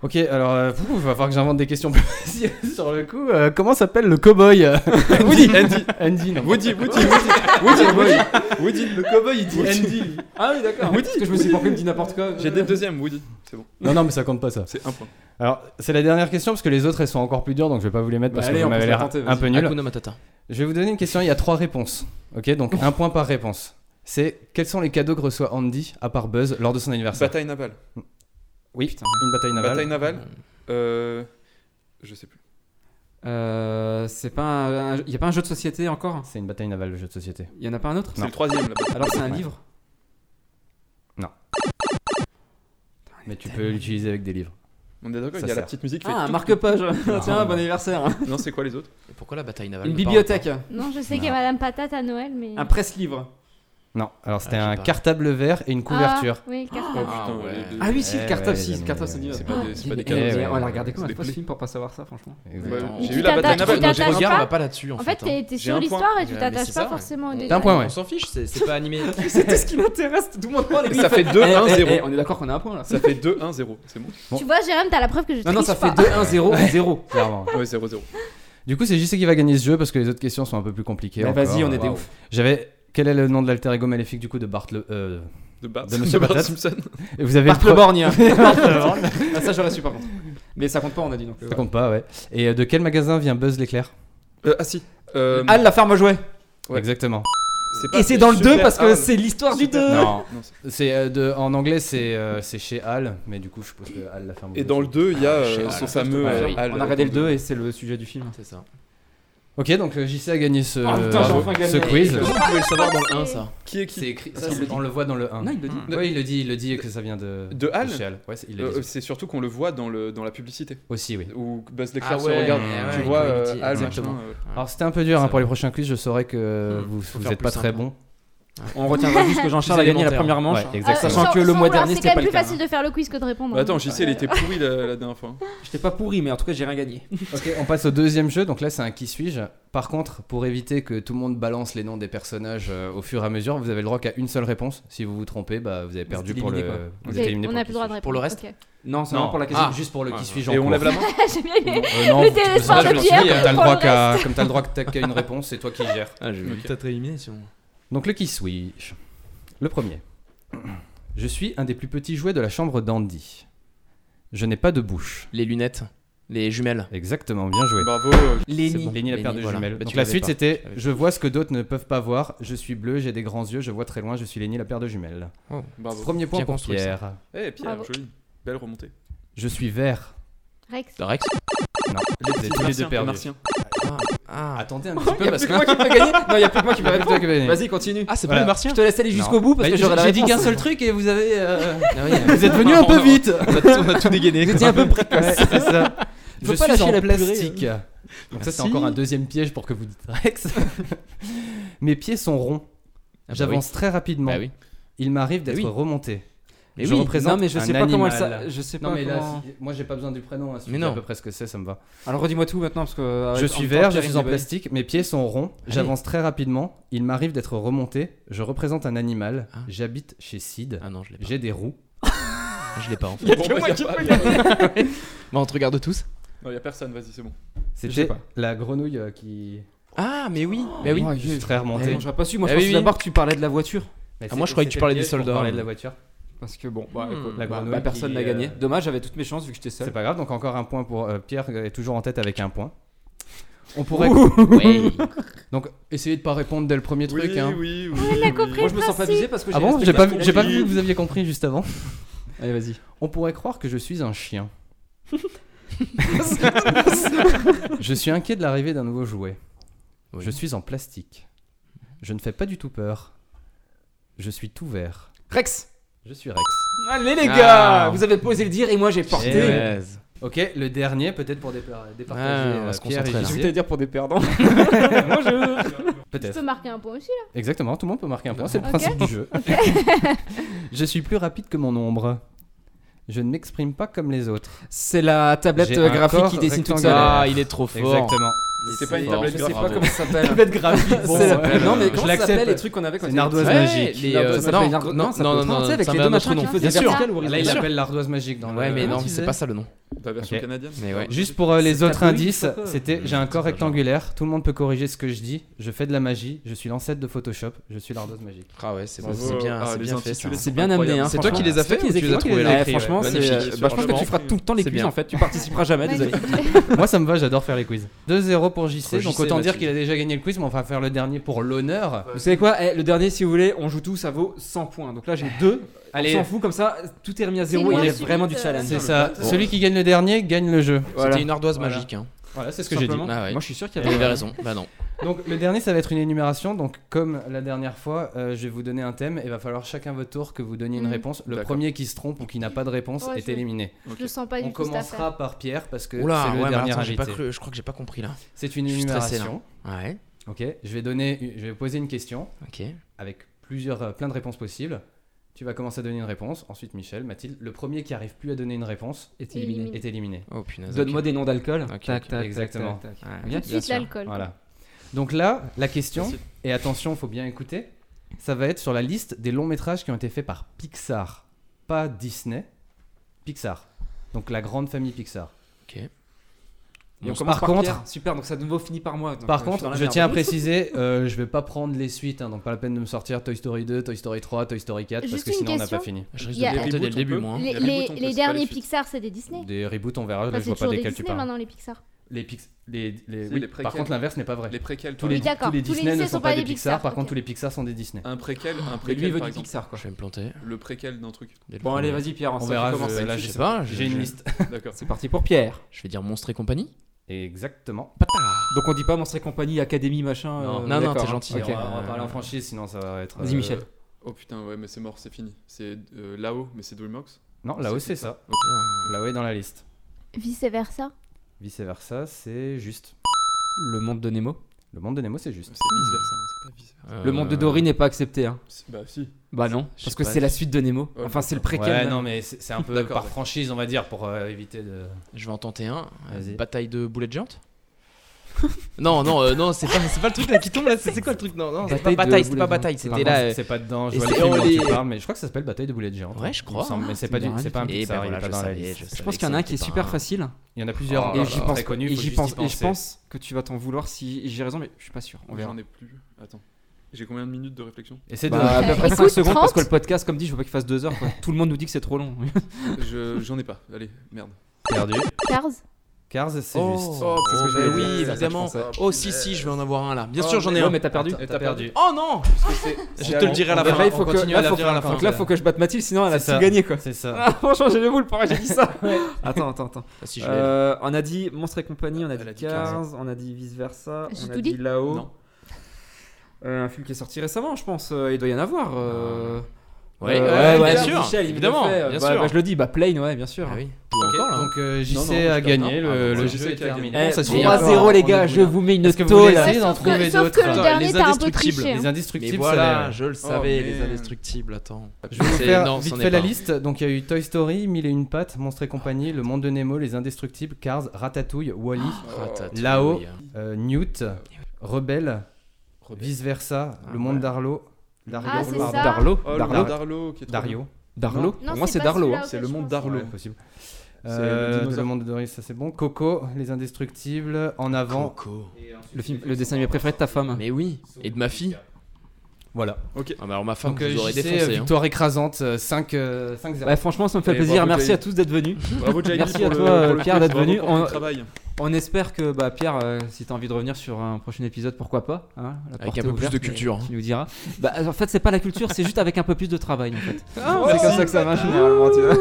S11: Ok, alors euh, pff, il va falloir que j'invente des questions plus <laughs> faciles sur le coup. Euh, comment s'appelle le cowboy euh,
S4: <laughs> Woody, Andy.
S11: Andy, non.
S4: Woody, Woody, Woody, Woody, Woody, Woody, le cowboy il dit Andy.
S1: Ah oui, d'accord.
S4: Woody,
S1: Parce que je me suis compris, me dit n'importe quoi.
S4: J'ai des deuxièmes, Woody. C'est bon,
S11: non, non, mais ça compte pas ça.
S4: c'est un point.
S11: Alors, c'est la dernière question parce que les autres elles sont encore plus dures donc je vais pas vous les mettre
S1: Bah,
S11: parce
S1: allez,
S11: que
S1: on peut
S11: vous m'avez
S1: se
S11: l'air
S1: la tenter, vas-y.
S11: un peu nul.
S10: Hakuna Matata.
S11: Je vais vous donner une question, il y a trois réponses. Ok, donc un point par réponse. C'est quels sont les cadeaux que reçoit Andy à part Buzz lors de son anniversaire
S4: Bataille navale.
S11: Oui, une bataille Ah, navale.
S4: Bataille navale. Euh. Je sais plus.
S1: Euh, c'est pas un, un- y a pas un jeu de société encore
S11: C'est une bataille navale, le jeu de société.
S1: Y en a pas un autre
S4: C'est le troisième là
S1: Alors c'est un
S11: Ouais.
S1: livre
S10: Ah,
S11: Mais tu peux l'utiliser avec des livres.
S4: On est d'accord,
S11: Ça
S4: il y a la
S11: sert.
S4: petite musique. qui fait
S1: Ah, un
S4: tout-
S1: marque-page. <laughs> Tiens,
S11: Non.
S1: bon anniversaire.
S4: Non, c'est quoi les autres
S10: Et pourquoi la bataille navale
S1: Une
S10: ne
S1: bibliothèque,
S10: parle
S9: Non, je sais qu'il y a Madame Patate à Noël, mais.
S1: un presse-livre.
S11: Non, alors c'était
S10: Ah, je sais
S11: un
S10: pas.
S11: cartable vert et une couverture.
S9: Ah, oui,
S4: Oh
S9: cartable.
S10: Ah,
S4: putain,
S10: ouais.
S4: les deux.
S1: Ah oui, si,
S11: Eh
S1: le cartable,
S11: ouais,
S1: si,
S11: mais-
S1: le cartable, c'est
S11: mais-
S1: divers.
S4: C'est pas des- c'est pas des
S1: Eh, ouais,
S4: cadeaux.
S1: On a regardé comment
S4: C'est
S1: la fois
S4: des
S1: ce film pour pas savoir ça, franchement.
S4: Ouais,
S10: Attends.
S4: J'ai
S9: Tu
S4: eu la bataille navale.
S9: t'attaches- tu
S10: pas Notre
S9: t'attaches
S10: regard
S9: pas
S10: va Bah, pas là-dessus en
S9: En
S10: fait.
S9: fait,
S10: hein.
S9: t'es- t'es
S4: J'ai
S9: sur
S4: un point.
S9: l'histoire et tu
S10: Ouais, mais
S9: t'attaches
S10: c'est
S9: pas
S10: ça.
S9: forcément au
S11: T'as un
S9: détail.
S11: point, ouais.
S10: On s'en fiche, c'est c'est pas <laughs> animé.
S1: C'est tout ce qui m'intéresse, tout le monde prend les
S4: Ça fait 2-1-0.
S1: Eh, On est d'accord qu'on a un point là.
S4: Ça fait 2-1-0, c'est bon
S9: Tu vois, Jérém, t'as la preuve que je
S1: Non, non,
S9: triche
S1: ça fait
S9: pas.
S1: 2-1-0-0.
S11: Oh, Clairement.
S4: Ouais, 0-0.
S11: Du coup, c'est JC qui va gagner ce jeu parce que les autres questions sont un peu plus compliquées.
S1: Mais
S11: encore.
S1: vas-y, on est des
S11: Waouh.
S1: ouf.
S11: J'avais. Quel est le nom de l'alter ego maléfique du coup de Bart le. euh,
S4: De Bart,
S11: De Monsieur
S4: de Bart
S11: Patate.
S4: Simpson.
S11: et Vous avez
S1: Marc
S11: pro-
S1: Le <laughs> Borgne. Ah, ça, j'aurais su par contre. Mais ça compte pas, on a dit donc.
S11: Ça compte pas, ouais. Et euh, de quel magasin vient Buzz l'éclair
S4: Euh, Ah si. Euh,
S1: Al, la ferme à jouets.
S4: Ouais.
S11: Exactement.
S4: pas-
S1: Et c'est dans le
S4: Super
S1: 2 parce que
S4: Al.
S1: c'est l'histoire du 2.
S11: Non.
S4: Non, c'est-
S11: C'est euh, de en anglais c'est euh, c'est chez Hal, mais du coup je suppose que Hal la ferme.
S4: Et dans le 2, il y a euh,
S10: Ah,
S4: son
S10: je sais pas.
S4: fameux.
S10: Ah,
S4: euh,
S10: oui.
S4: Al.
S10: Ah,
S1: On a regardé le 2 et c'est le sujet du film.
S10: C'est ça.
S11: Ok, donc euh, JC a gagné ce, euh,
S10: Ah, putain, j'ai enfin
S11: ce
S10: gagné.
S11: quiz.
S10: Vous pouvez le savoir dans le un, ça. Qui est qui
S11: C'est écrit.
S10: Ça,
S11: ça,
S10: il le
S11: on
S10: dit.
S11: le voit dans le 1.
S10: Non, il le dit.
S1: Hmm.
S11: Oui, il le dit, il le dit que ça vient de,
S4: De Hall
S11: chez Hall. Ouais, c'est- il l'a
S4: Euh,
S11: dit.
S4: c'est surtout qu'on le voit dans, le, dans la publicité.
S11: Aussi, oui.
S4: Où Buzz l'éclair
S10: Ah ouais,
S4: se regarde.
S10: ouais,
S4: tu
S10: ouais,
S4: vois,
S10: Equality,
S4: euh, Hal,
S10: exactement.
S4: machin, euh,
S11: Alors c'était un peu dur hein, pour les prochains quiz, je saurais que vous
S10: Faut
S11: vous
S10: faire
S11: n'êtes pas
S10: plus
S11: très
S10: simple.
S11: bon.
S1: On retiendra juste que Jean-Charles a gagné la première manche.
S11: Ouais,
S1: Euh,
S11: exactement.
S1: Sachant
S9: Sans-
S1: que le
S9: sans
S1: mois
S9: vouloir,
S1: dernier,
S9: c'est
S1: c'était
S9: quand
S1: pas
S9: même
S1: le
S9: plus
S1: cas. hein.
S9: facile de faire le quiz que de répondre.
S4: Bah, attends, JC, il était pourri la, la dernière fois.
S16: J'étais pas pourri, mais en tout cas, j'ai rien gagné.
S11: Ok, on passe au deuxième jeu, donc là c'est un qui suis-je. Par contre, pour éviter que tout le monde balance les noms des personnages euh, au fur et à mesure, vous avez le droit qu'à une seule réponse. Si vous vous trompez, bah, vous avez
S16: êtes
S11: perdu pour le.
S16: éliminé, quoi.
S11: vous
S9: Ok,
S11: êtes éliminé
S9: on
S11: pour
S9: n'a
S11: le
S9: plus le droit de
S11: qui suis-je.
S9: répondre. Pour le reste Ok.
S16: Non, c'est vraiment pour la question.
S11: Ah, juste pour le qui suis-je. en
S4: Et on
S11: cours.
S4: lève la main
S9: J'ai bien aimé.
S11: Euh, non,
S9: le
S11: tu peux
S9: téléphone
S11: pas, je
S9: de
S11: me suis
S9: Pierre
S11: dit, euh, t'as le
S9: pour
S11: droit
S9: le
S11: qu'à-
S9: reste.
S11: Comme t'as le droit qu'à qu'à une réponse, c'est toi qui gères.
S10: Ah, je vais
S11: Ok.
S10: peut-être éliminer si on.
S11: Donc le qui suis-je Le premier. Je suis un des plus petits jouets de la chambre d'Andy. Je n'ai pas de bouche.
S10: Les lunettes, les jumelles.
S11: Exactement, bien
S10: Bah,
S11: joué.
S4: Bravo. euh,
S11: C'est bon. Lenny, la paire de
S10: voilà.
S11: jumelles.
S10: Bah,
S11: Donc
S10: tu
S11: la
S10: l'avais
S11: suite
S10: pas.
S11: c'était
S10: Tu l'avais
S11: je vois ce que d'autres ne peuvent pas voir, je suis bleu, j'ai des grands yeux, je vois très loin, je suis Lenny la paire de jumelles.
S10: Oh,
S4: bravo.
S11: Premier point
S10: Bien
S11: pour
S10: construit, ça.
S11: Pierre.
S4: Eh, Pierre,
S9: Bravo.
S4: joli. Belle remontée.
S11: Je suis vert.
S9: Rex.
S10: Rex
S11: Non,
S4: Les
S11: vous êtes
S4: petits martiens,
S11: tous les Ah, deux
S4: les
S11: perdus.
S4: martiens.
S11: Attendez un petit
S16: Il y
S11: peu
S16: a
S11: parce
S16: plus
S11: que
S16: que moi qui peux gagner. Non, il y a plus que moi qui peux
S11: C'est toi qui vas
S16: répondre.
S11: gagner.
S16: Vas-y, continue.
S10: Ah, c'est pas
S11: Voilà.
S10: les martiens
S16: Je te laisse aller jusqu'au
S11: Non.
S16: bout parce
S11: Bah,
S16: que j'aurais la
S11: J'ai dit
S16: réponse.
S11: qu'un seul truc et vous avez. euh,
S10: Vous
S11: Vous êtes venu un peu vite.
S10: Ah On a tout, on a tout dégainé.
S16: Vous étiez un peu précoce.
S11: Ouais, c'est ça.
S16: Faut
S11: <laughs> je
S16: pas
S11: suis
S16: lâcher
S11: en
S16: la purée,
S11: plastique.
S16: hein.
S11: Donc ça c'est
S16: Merci.
S11: encore un deuxième piège pour que vous dites Rex. Mes pieds sont ronds.
S10: bah
S11: J'avance
S10: oui.
S11: très rapidement.
S10: Bah oui.
S11: Il m'arrive d'être
S10: oui.
S11: remonté.
S10: Mais
S11: je
S10: oui.
S11: représente
S16: Non, mais je
S11: un
S16: sais pas comment elle
S11: animal.
S16: s'a- je sais
S11: Non,
S16: pas
S11: mais là,
S16: comment-
S11: si- moi j'ai pas besoin du prénom. hein, si
S10: Mais
S11: tu sais
S10: non.
S11: à peu près ce que c'est, ça me va.
S16: Alors redis-moi tout maintenant parce que.
S1: Ah
S16: euh,
S11: je
S16: en
S11: suis
S16: même temps,
S11: vert, je
S16: Pierre,
S11: suis
S16: il
S11: en
S16: est-
S11: plastique, mes pieds sont ronds,
S10: Allez.
S11: j'avance très rapidement, il m'arrive d'être remonté, je représente un animal, j'habite chez Sid,
S10: Ah non, je l'ai pas.
S11: j'ai des roues.
S10: Je l'ai pas en fait.
S4: bah, Y a que moi qui peux gagner.
S10: Bah, on te regarde tous.
S4: Non, y a personne, vas-y, c'est bon.
S11: C'était la grenouille euh, qui.
S10: Ah, mais oui, bah oui.
S16: Oh,
S11: Je suis très remonté.
S16: Eh non, j'aurais pas su. Moi, je
S10: Ah
S16: pensais
S10: oui, oui.
S16: d'abord que tu parlais de la voiture.
S11: Mais
S10: Ah, moi,
S11: c'est-
S10: je croyais que tu
S11: c'était
S10: parlais des
S11: le piège pour
S10: soldats.
S11: parler de la voiture.
S16: Parce que bon, bah,
S10: Hmm.
S16: écoute,
S11: La
S16: bah,
S11: grenouille
S16: bah, personne
S11: qui,
S16: n'a gagné.
S11: euh,
S16: Dommage, j'avais toutes mes chances vu que j'étais seul.
S11: C'est pas grave, donc encore un point pour euh, Pierre euh, est toujours en tête avec un point. On pourrait. <laughs>
S10: Ouais.
S11: Donc essayez de pas répondre dès le premier truc. hein.
S4: oui, oui.
S9: Elle a compris
S16: Moi,
S9: le
S16: je me sens pas
S9: principe.
S16: visé parce que
S11: Ah bon,
S16: respecté
S11: j'ai pas,
S16: ce
S11: vu-
S16: qu'il a
S11: j'ai pas
S16: dit.
S11: vu que vous aviez compris juste avant.
S16: Allez, vas-y.
S11: On pourrait croire que je suis un chien. je suis inquiet de l'arrivée d'un nouveau jouet.
S10: Oui.
S11: Je suis en plastique. Je ne fais pas du tout peur. Je suis tout vert.
S16: Rex.
S11: Je suis Rex.
S16: Allez les gars,
S10: Ah.
S16: vous avez posé le dire et moi j'ai euh, porté.
S11: Eh ouais.
S10: Yes.
S11: Ok, le dernier peut-être pour dépa- départager.
S10: Ouais, on va
S11: euh,
S10: se
S11: Pierre et
S10: concentrer, là.
S16: Je
S11: JC.
S16: voulais dire pour des perdants.
S11: Moi je.
S9: Je
S11: Peut-être.
S9: peux marquer un point aussi là.
S11: Exactement, tout le monde peut marquer un point, c'est le
S9: Ok.
S11: principe du jeu. <laughs> je suis plus rapide que mon ombre. Je ne m'exprime pas comme les autres.
S16: C'est la tablette
S11: J'ai un
S16: graphique
S11: corps
S16: qui dessine tout
S11: rectangulaire.
S16: ça.
S10: Ah, il est trop fort.
S11: Exactement.
S4: C'est pas une tablette
S16: Je sais pas
S4: graphique.
S16: comment ça s'appelle.
S11: <laughs> graphique,
S16: <laughs> C'est la- Non mais comment ça s'appelle les
S11: l'accepte.
S16: trucs qu'on avait quand
S11: C'est
S16: on
S11: une
S16: était
S11: ardoise
S16: petit
S10: Ouais,
S11: magique.
S10: les,
S16: Non,
S10: euh,
S16: ça s'appelle une ardoise-
S10: non,
S16: non, ça peut-
S10: non, non,
S16: tu sais,
S10: non,
S16: avec
S10: ça
S16: les
S10: met
S16: deux
S10: un autre
S16: machins qui
S10: nom.
S16: faisaient
S10: Bien sûr.
S16: vertical ou
S11: Là, il
S16: horizontal.
S11: appelle l'ardoise magique dans le.
S10: Ouais, mais
S16: Comment
S10: non,
S16: tu
S10: c'est
S16: fais
S10: pas ça le nom.
S4: Ta version
S11: Ok.
S4: canadienne
S10: Mais ouais.
S11: Juste pour euh, les
S16: C'est
S11: autres
S16: tabloïd,
S11: indices,
S16: pourquoi
S11: c'était j'ai un corps rectangulaire, tout le monde peut corriger ce que je dis, je fais de la magie, je suis l'ancêtre de Photoshop, je suis l'ardoise <laughs> magique.
S10: Ah ouais, c'est
S4: Bravo.
S10: c'est bien,
S4: Ah,
S10: c'est
S4: les
S10: bien fait ça.
S4: intitulés
S16: C'est
S4: sont
S16: bien amené.
S4: incroyables.
S16: hein,
S10: C'est toi qui
S16: franchement.
S10: les as
S16: C'est toi
S10: fait
S16: qui
S10: ou tu les as
S16: écris, toi
S10: trouvés,
S16: qui
S10: là,
S16: les as
S10: écrits,
S16: Franchement,
S10: ouais.
S16: c'est-
S10: Magnifique.
S16: bah, je pense que tu feras tout le temps les
S10: C'est
S16: quiz
S10: bien.
S16: en fait. Tu participeras jamais, désolé.
S11: Moi ça me va, j'adore faire les quiz. 2-0 pour JC,
S10: Entre
S11: donc
S10: JC,
S11: autant dire
S10: Mathilde.
S11: qu'il a déjà gagné le quiz, mais on va faire le dernier pour l'honneur.
S16: Vous savez quoi Eh, Le dernier, si vous voulez, on joue tout, ça vaut 100 points. Donc là, j'ai 2.
S11: Allez.
S16: On s'en fout, comme ça, tout est remis à
S9: C'est
S16: zéro.
S9: une
S16: Il y a
S9: insulte,
S16: vraiment du
S9: euh,
S16: challenge.
S11: C'est ça, celui qui gagne le dernier gagne le jeu.
S16: Voilà.
S10: C'était une ardoise
S11: Voilà.
S10: magique. hein.
S11: Voilà, c'est ce que j'ai dit.
S16: Simplement.
S10: Ah ouais.
S16: Moi, je suis sûr qu'il y
S10: Il avait
S16: avait
S10: raison. Bah non.
S11: Donc le dernier ça va être une énumération, donc comme la dernière fois, euh, je vais vous donner un thème et va falloir chacun votre tour que vous donniez une
S9: Mm.
S11: réponse. Le
S4: D'accord.
S11: premier qui se trompe ou qui n'a pas de réponse
S9: Ouais,
S11: est
S9: je-
S11: éliminé.
S4: Ok.
S9: Je le sens pas
S11: On
S9: du tout cette affaire.
S11: commencera par Pierre parce que c'est
S10: Oula,
S11: le
S10: ouais, mais
S11: dernier
S10: attends, j'ai pas
S11: invité.
S10: cru- je crois que j'ai pas compris là.
S11: C'est une
S10: Je suis stressé, hein.
S11: énumération.
S10: Ouais,
S11: Ok, je vais donner, je vais poser une question
S10: ok.
S11: avec plusieurs, euh, plein de réponses possibles. Tu vas commencer à donner une réponse. Ensuite, Michel, Mathilde, le premier qui arrive plus à donner une réponse
S16: Est
S9: éliminé.
S16: éliminé.
S11: est éliminé.
S10: Oh punaise.
S16: Donne-moi
S10: ok.
S16: des noms d'alcool.
S10: Ok,
S16: Tac,
S10: ok.
S16: tac,
S11: Exactement.
S16: tac, tac.
S10: Ouais.
S9: Tout de suite l'alcool.
S11: Voilà. Donc là, la question
S4: Facile.
S11: et attention, faut bien écouter. Ça va être sur la liste des longs métrages qui ont été faits par Pixar, pas Disney. Pixar. Donc la grande famille Pixar.
S16: Et on
S11: Bon,
S16: commence
S11: par
S16: par
S11: contre-
S16: Pierre. super, donc ça de nouveau finit par moi. donc, euh,
S11: Par
S16: suis dans
S11: contre,
S16: la
S11: je
S16: merde.
S1: <laughs>
S11: tiens à préciser, euh, je vais pas prendre les suites, hein, donc pas la peine de me sortir Toy Story 2, Toy Story 3, Toy Story 4, parce
S9: Juste
S11: que
S9: une
S11: sinon on n'a
S9: question.
S11: pas fini.
S10: Je risque
S9: Il y a-
S10: de déporter dès le
S4: Reboot, on
S10: début,
S4: peut
S10: moi. hein.
S9: Les,
S4: Les
S9: les-
S4: reboots, on peut,
S9: les
S4: c'est pas les
S9: derniers
S4: suites.
S9: Pixar, c'est des Disney.
S11: Des reboots, on verra, là,
S9: Enfin,
S11: Ah, je
S9: c'est
S11: vois pas
S9: toujours des
S11: desquels tu
S9: Disney
S11: parles.
S9: maintenant les Pixar.
S11: Les Pix- les- les-
S4: Oui, les
S11: par
S4: préquels.
S11: contre, l'inverse n'est pas vrai.
S4: Les préquels,
S11: Tous
S4: par
S11: les,
S9: Oui, d'accord.
S11: tous les
S9: Tous les
S11: Disney ne
S9: Disney
S11: sont, pas des Pixar, par
S9: ok.
S11: contre, tous les Pixar sont des Disney.
S4: Un préquel, un
S16: Et lui, il
S4: préquel,
S16: veut
S4: par
S16: du
S4: exemple.
S16: Pixar quoi.
S10: Je vais me planter.
S4: Le préquel d'un
S10: <laughs>
S4: truc.
S10: dès le
S16: Bon,
S10: premier.
S16: allez, vas-y, Pierre, on,
S11: On
S16: sait
S11: verra,
S16: comment
S11: je-
S16: ça.
S11: là,
S10: Je
S11: je
S10: sais
S11: sais
S10: pas. je-
S11: J'ai une
S10: je-
S11: liste.
S4: D'accord.
S16: C'est parti pour Pierre.
S10: Je vais dire monstre et compagnie.
S11: Exactement.
S1: Donc on dit pas Monstres et compagnie, Académie, machin.
S11: Non,
S1: euh,
S11: non, non,
S1: d'accord,
S11: t'es
S1: hein.
S11: gentil.
S1: Ok.
S11: On va- on va parler en franchise, sinon ça va être,
S1: Vas-y,
S11: euh,
S1: Michel.
S4: Oh putain, ouais, mais c'est mort, c'est fini. C'est euh, là-haut, mais c'est Dreamworks
S11: Non, là-haut, c'est ça.
S4: Ok.
S11: Là-haut est dans la liste.
S9: Vice versa.
S11: Vice versa, c'est juste.
S1: Le monde de Nemo
S11: Le monde de Nemo, c'est juste.
S4: C'est vice versa, c'est pas vice versa.
S1: Le monde de Dory n'est pas accepté. Hein.
S4: Bah si.
S1: Bah non,
S11: Je sais
S1: parce que
S11: pas,
S1: c'est la
S11: je-
S1: suite de Nemo.
S11: Ouais,
S1: Enfin, c'est le
S11: Ouais,
S1: préquel. même.
S11: non, mais c'est c'est un peu
S10: D'accord,
S11: par
S10: ouais.
S11: franchise, on va dire, pour euh, éviter de.
S10: Je vais en tenter un. Euh,
S11: Vas-y.
S10: Bataille de boulettes géantes Non, non, euh, non, c'est pas, c'est pas le truc là qui tombe là. C'est c'est quoi le truc Non, non, c'est pas
S11: Bataille de
S10: bataille, c'est
S11: boulettes
S10: pas bataille. C'était
S11: géantes. Par contre,
S10: là. euh,
S11: c'est pas dedans, je
S10: et
S11: vois le
S10: c'est-
S11: film dont
S10: on est-
S11: tu parles, mais je crois que ça s'appelle Bataille de boulettes géantes.
S10: Ouais, je
S11: il me
S10: crois.
S11: semble, mais c'est pas, du- c'est pas un
S10: Eh ben
S11: Pixar, il est
S10: voilà,
S11: pas
S10: je
S11: dans la
S10: savais,
S11: liste.
S10: je
S1: Je pense qu'il y en a un qui est super facile.
S11: Il y en a plusieurs.
S1: et
S11: euh,
S1: j'y
S11: très
S1: pense.
S11: connus,
S1: et
S11: faut
S1: j'y
S11: juste y
S1: pense. Et je
S11: penser.
S1: pense que tu vas t'en vouloir si j'ai raison, mais je suis pas sûr. On verra.
S4: J'en ai plus. Attends. J'ai combien de minutes de réflexion
S11: Essaie
S1: Bah, à peu près 5
S4: Écoute,
S1: secondes parce que
S4: 30.
S1: le podcast, comme dit, je veux pas qu'il fasse 2 heures. quoi. Tout le monde nous dit que c'est trop long.
S4: Je- J'en ai pas. Allez, merde.
S11: Perdu.
S9: Cars
S11: Cars, c'est
S10: Oh,
S11: juste.
S10: oh,
S11: C'est ce que je
S10: bah
S11: voulais
S10: oui,
S11: dire.
S10: évidemment. Oh, si, si, je vais en avoir un là. Bien
S11: Oh,
S10: sûr, j'en ai
S11: mais-
S10: un.
S11: ouais, mais t'as perdu.
S10: Attends,
S11: Et t'as perdu.
S10: Oh non Je te le dirai à la
S1: Donc
S10: fin.
S1: Là, il faut
S10: On
S1: que,
S10: continue à
S1: là,
S10: la
S1: faut
S10: dire à la
S1: que-
S10: fin.
S1: donc là, faut que je batte Mathilde, sinon elle a
S10: C'est
S1: tout
S10: ça.
S1: gagné quoi.
S11: C'est ça.
S1: Ah, franchement, j'ai les boules, pourquoi j'ai dit ça Attends, attends, attends.
S10: Ah, si, je l'ai.
S1: Euh, on a dit Monstre et compagnie, on a
S10: a
S1: dit
S10: dit 15.
S1: 15, on a dit vice versa,
S9: J'ai
S1: on a
S9: tout
S1: dit
S9: dit
S1: là-haut.
S4: Non.
S1: Euh, un film qui est sorti récemment, je pense. euh, il doit y en avoir. euh.
S10: Ouais,
S1: Euh,
S10: ouais, bien
S1: Michel,
S10: sûr,
S1: Michel, il me
S10: évidemment,
S1: le fait.
S10: bien
S1: Bah,
S10: sûr. Ah
S1: bah, je le dis, bah Plane, ouais, bien sûr.
S10: Ou
S11: Ok,
S10: encore, là.
S11: Donc euh,
S10: Non,
S11: JC
S10: non, je
S11: a
S10: te-
S11: gagné,
S10: non,
S11: le,
S10: ah,
S11: le
S10: bon,
S11: jeu
S10: JC
S11: est
S10: qui a
S11: terminé.
S10: gagné.
S11: Ça
S10: Eh,
S11: suffit.
S1: 3-0, les gars,
S11: On
S1: je
S11: est-
S1: vous mets une
S11: Est-ce que vous
S1: tôle.
S11: voulez essayer
S10: Sauf
S11: d'en
S10: que-
S11: trouver
S10: sauf
S11: d'autres
S10: que le
S11: Attends,
S10: dernier,
S11: les
S10: t'as un peu
S11: indestructibles.
S10: triché, hein.
S11: Les
S10: Mais
S11: indestructibles,
S10: voilà,
S11: ça
S10: je le savais, les indestructibles, attends.
S11: Je vais vous
S10: C'est-
S11: faire
S10: non,
S11: vite
S10: c'en est
S11: fait la
S10: pas.
S11: liste. Donc il y a eu Toy Story, Mille et une pattes, Monstres et compagnie, Le Monde de Nemo, Les Indestructibles, Cars, Ratatouille, Wally,
S9: Ah.
S10: Ratatouille.
S11: Là-haut, euh, Newt, Rebelle, Vice Versa,
S10: Ah,
S11: Le Monde d'Arlo, Dario,
S9: Ah, c'est
S11: pardon.
S9: ça.
S1: Darlo,
S4: Oh, le
S11: Darlo.
S4: monde d'Arlo
S10: Ah,
S4: qui est trop
S11: Dario.
S4: bien.
S1: Darlo.
S9: Non,
S1: Pour moi,
S9: c'est
S1: c'est
S9: pas
S1: Darlo.
S9: celui-là
S1: hein.
S4: C'est le
S9: je
S4: monde
S9: pense.
S4: d'Arlo.
S11: Ouais, possible.
S4: C'est
S11: Euh,
S4: le dinosaure.
S11: le monde de Doris, ça c'est bon. Coco, les indestructibles, en avant.
S10: Coco.
S1: hein, Le, film, le dessin animé préféré de ta femme.
S10: Mais oui, et de ma fille.
S11: Voilà.
S4: Ok.
S10: Ah, bah alors ma femme,
S11: Donc
S10: que
S11: euh,
S10: vous aurez
S11: JC,
S10: défoncé. hein.
S11: victoire écrasante, euh, 5 euh, 5-0.
S1: Ouais, franchement, ça me fait
S4: Et
S1: plaisir.
S4: bravo,
S1: Merci
S4: Jaïli.
S1: à tous d'être venus.
S4: Bravo, Jaïli,
S1: Merci
S4: pour
S1: à
S4: le-
S1: toi,
S4: pour le
S1: Pierre,
S4: quiz.
S1: d'être
S4: Bravo
S1: venu.
S4: pour ton
S1: On-
S4: travail.
S1: On espère que bah, Pierre, euh, si tu as envie de revenir sur un prochain épisode, pourquoi pas hein, la porte
S10: Avec un peu
S1: est
S10: plus
S1: ouverte,
S10: de culture,
S1: mais
S10: hein.
S1: Tu nous diras. Bah, en fait, c'est pas la culture, c'est juste avec un peu plus de travail. En fait.
S10: Ah,
S1: c'est comme
S10: merci.
S1: ça que ça marche généralement. Tu vois.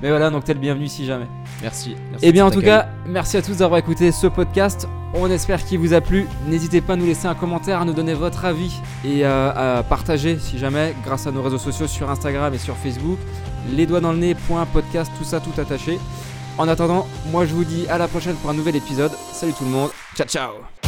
S1: Mais voilà, donc t'es le bienvenu si jamais.
S10: Merci. merci
S1: Et Eh bien
S10: de
S1: en tout
S10: cet accueil.
S1: cas, merci à tous d'avoir écouté ce podcast. On espère qu'il vous a plu. N'hésitez pas à nous laisser un commentaire, à nous donner votre avis et euh, à partager si jamais grâce à nos réseaux sociaux sur Instagram et sur Facebook. Les doigts dans le nez, point, podcast, tout ça, tout attaché. En attendant, moi je vous dis à la prochaine pour un nouvel épisode. Salut tout le monde. Ciao ciao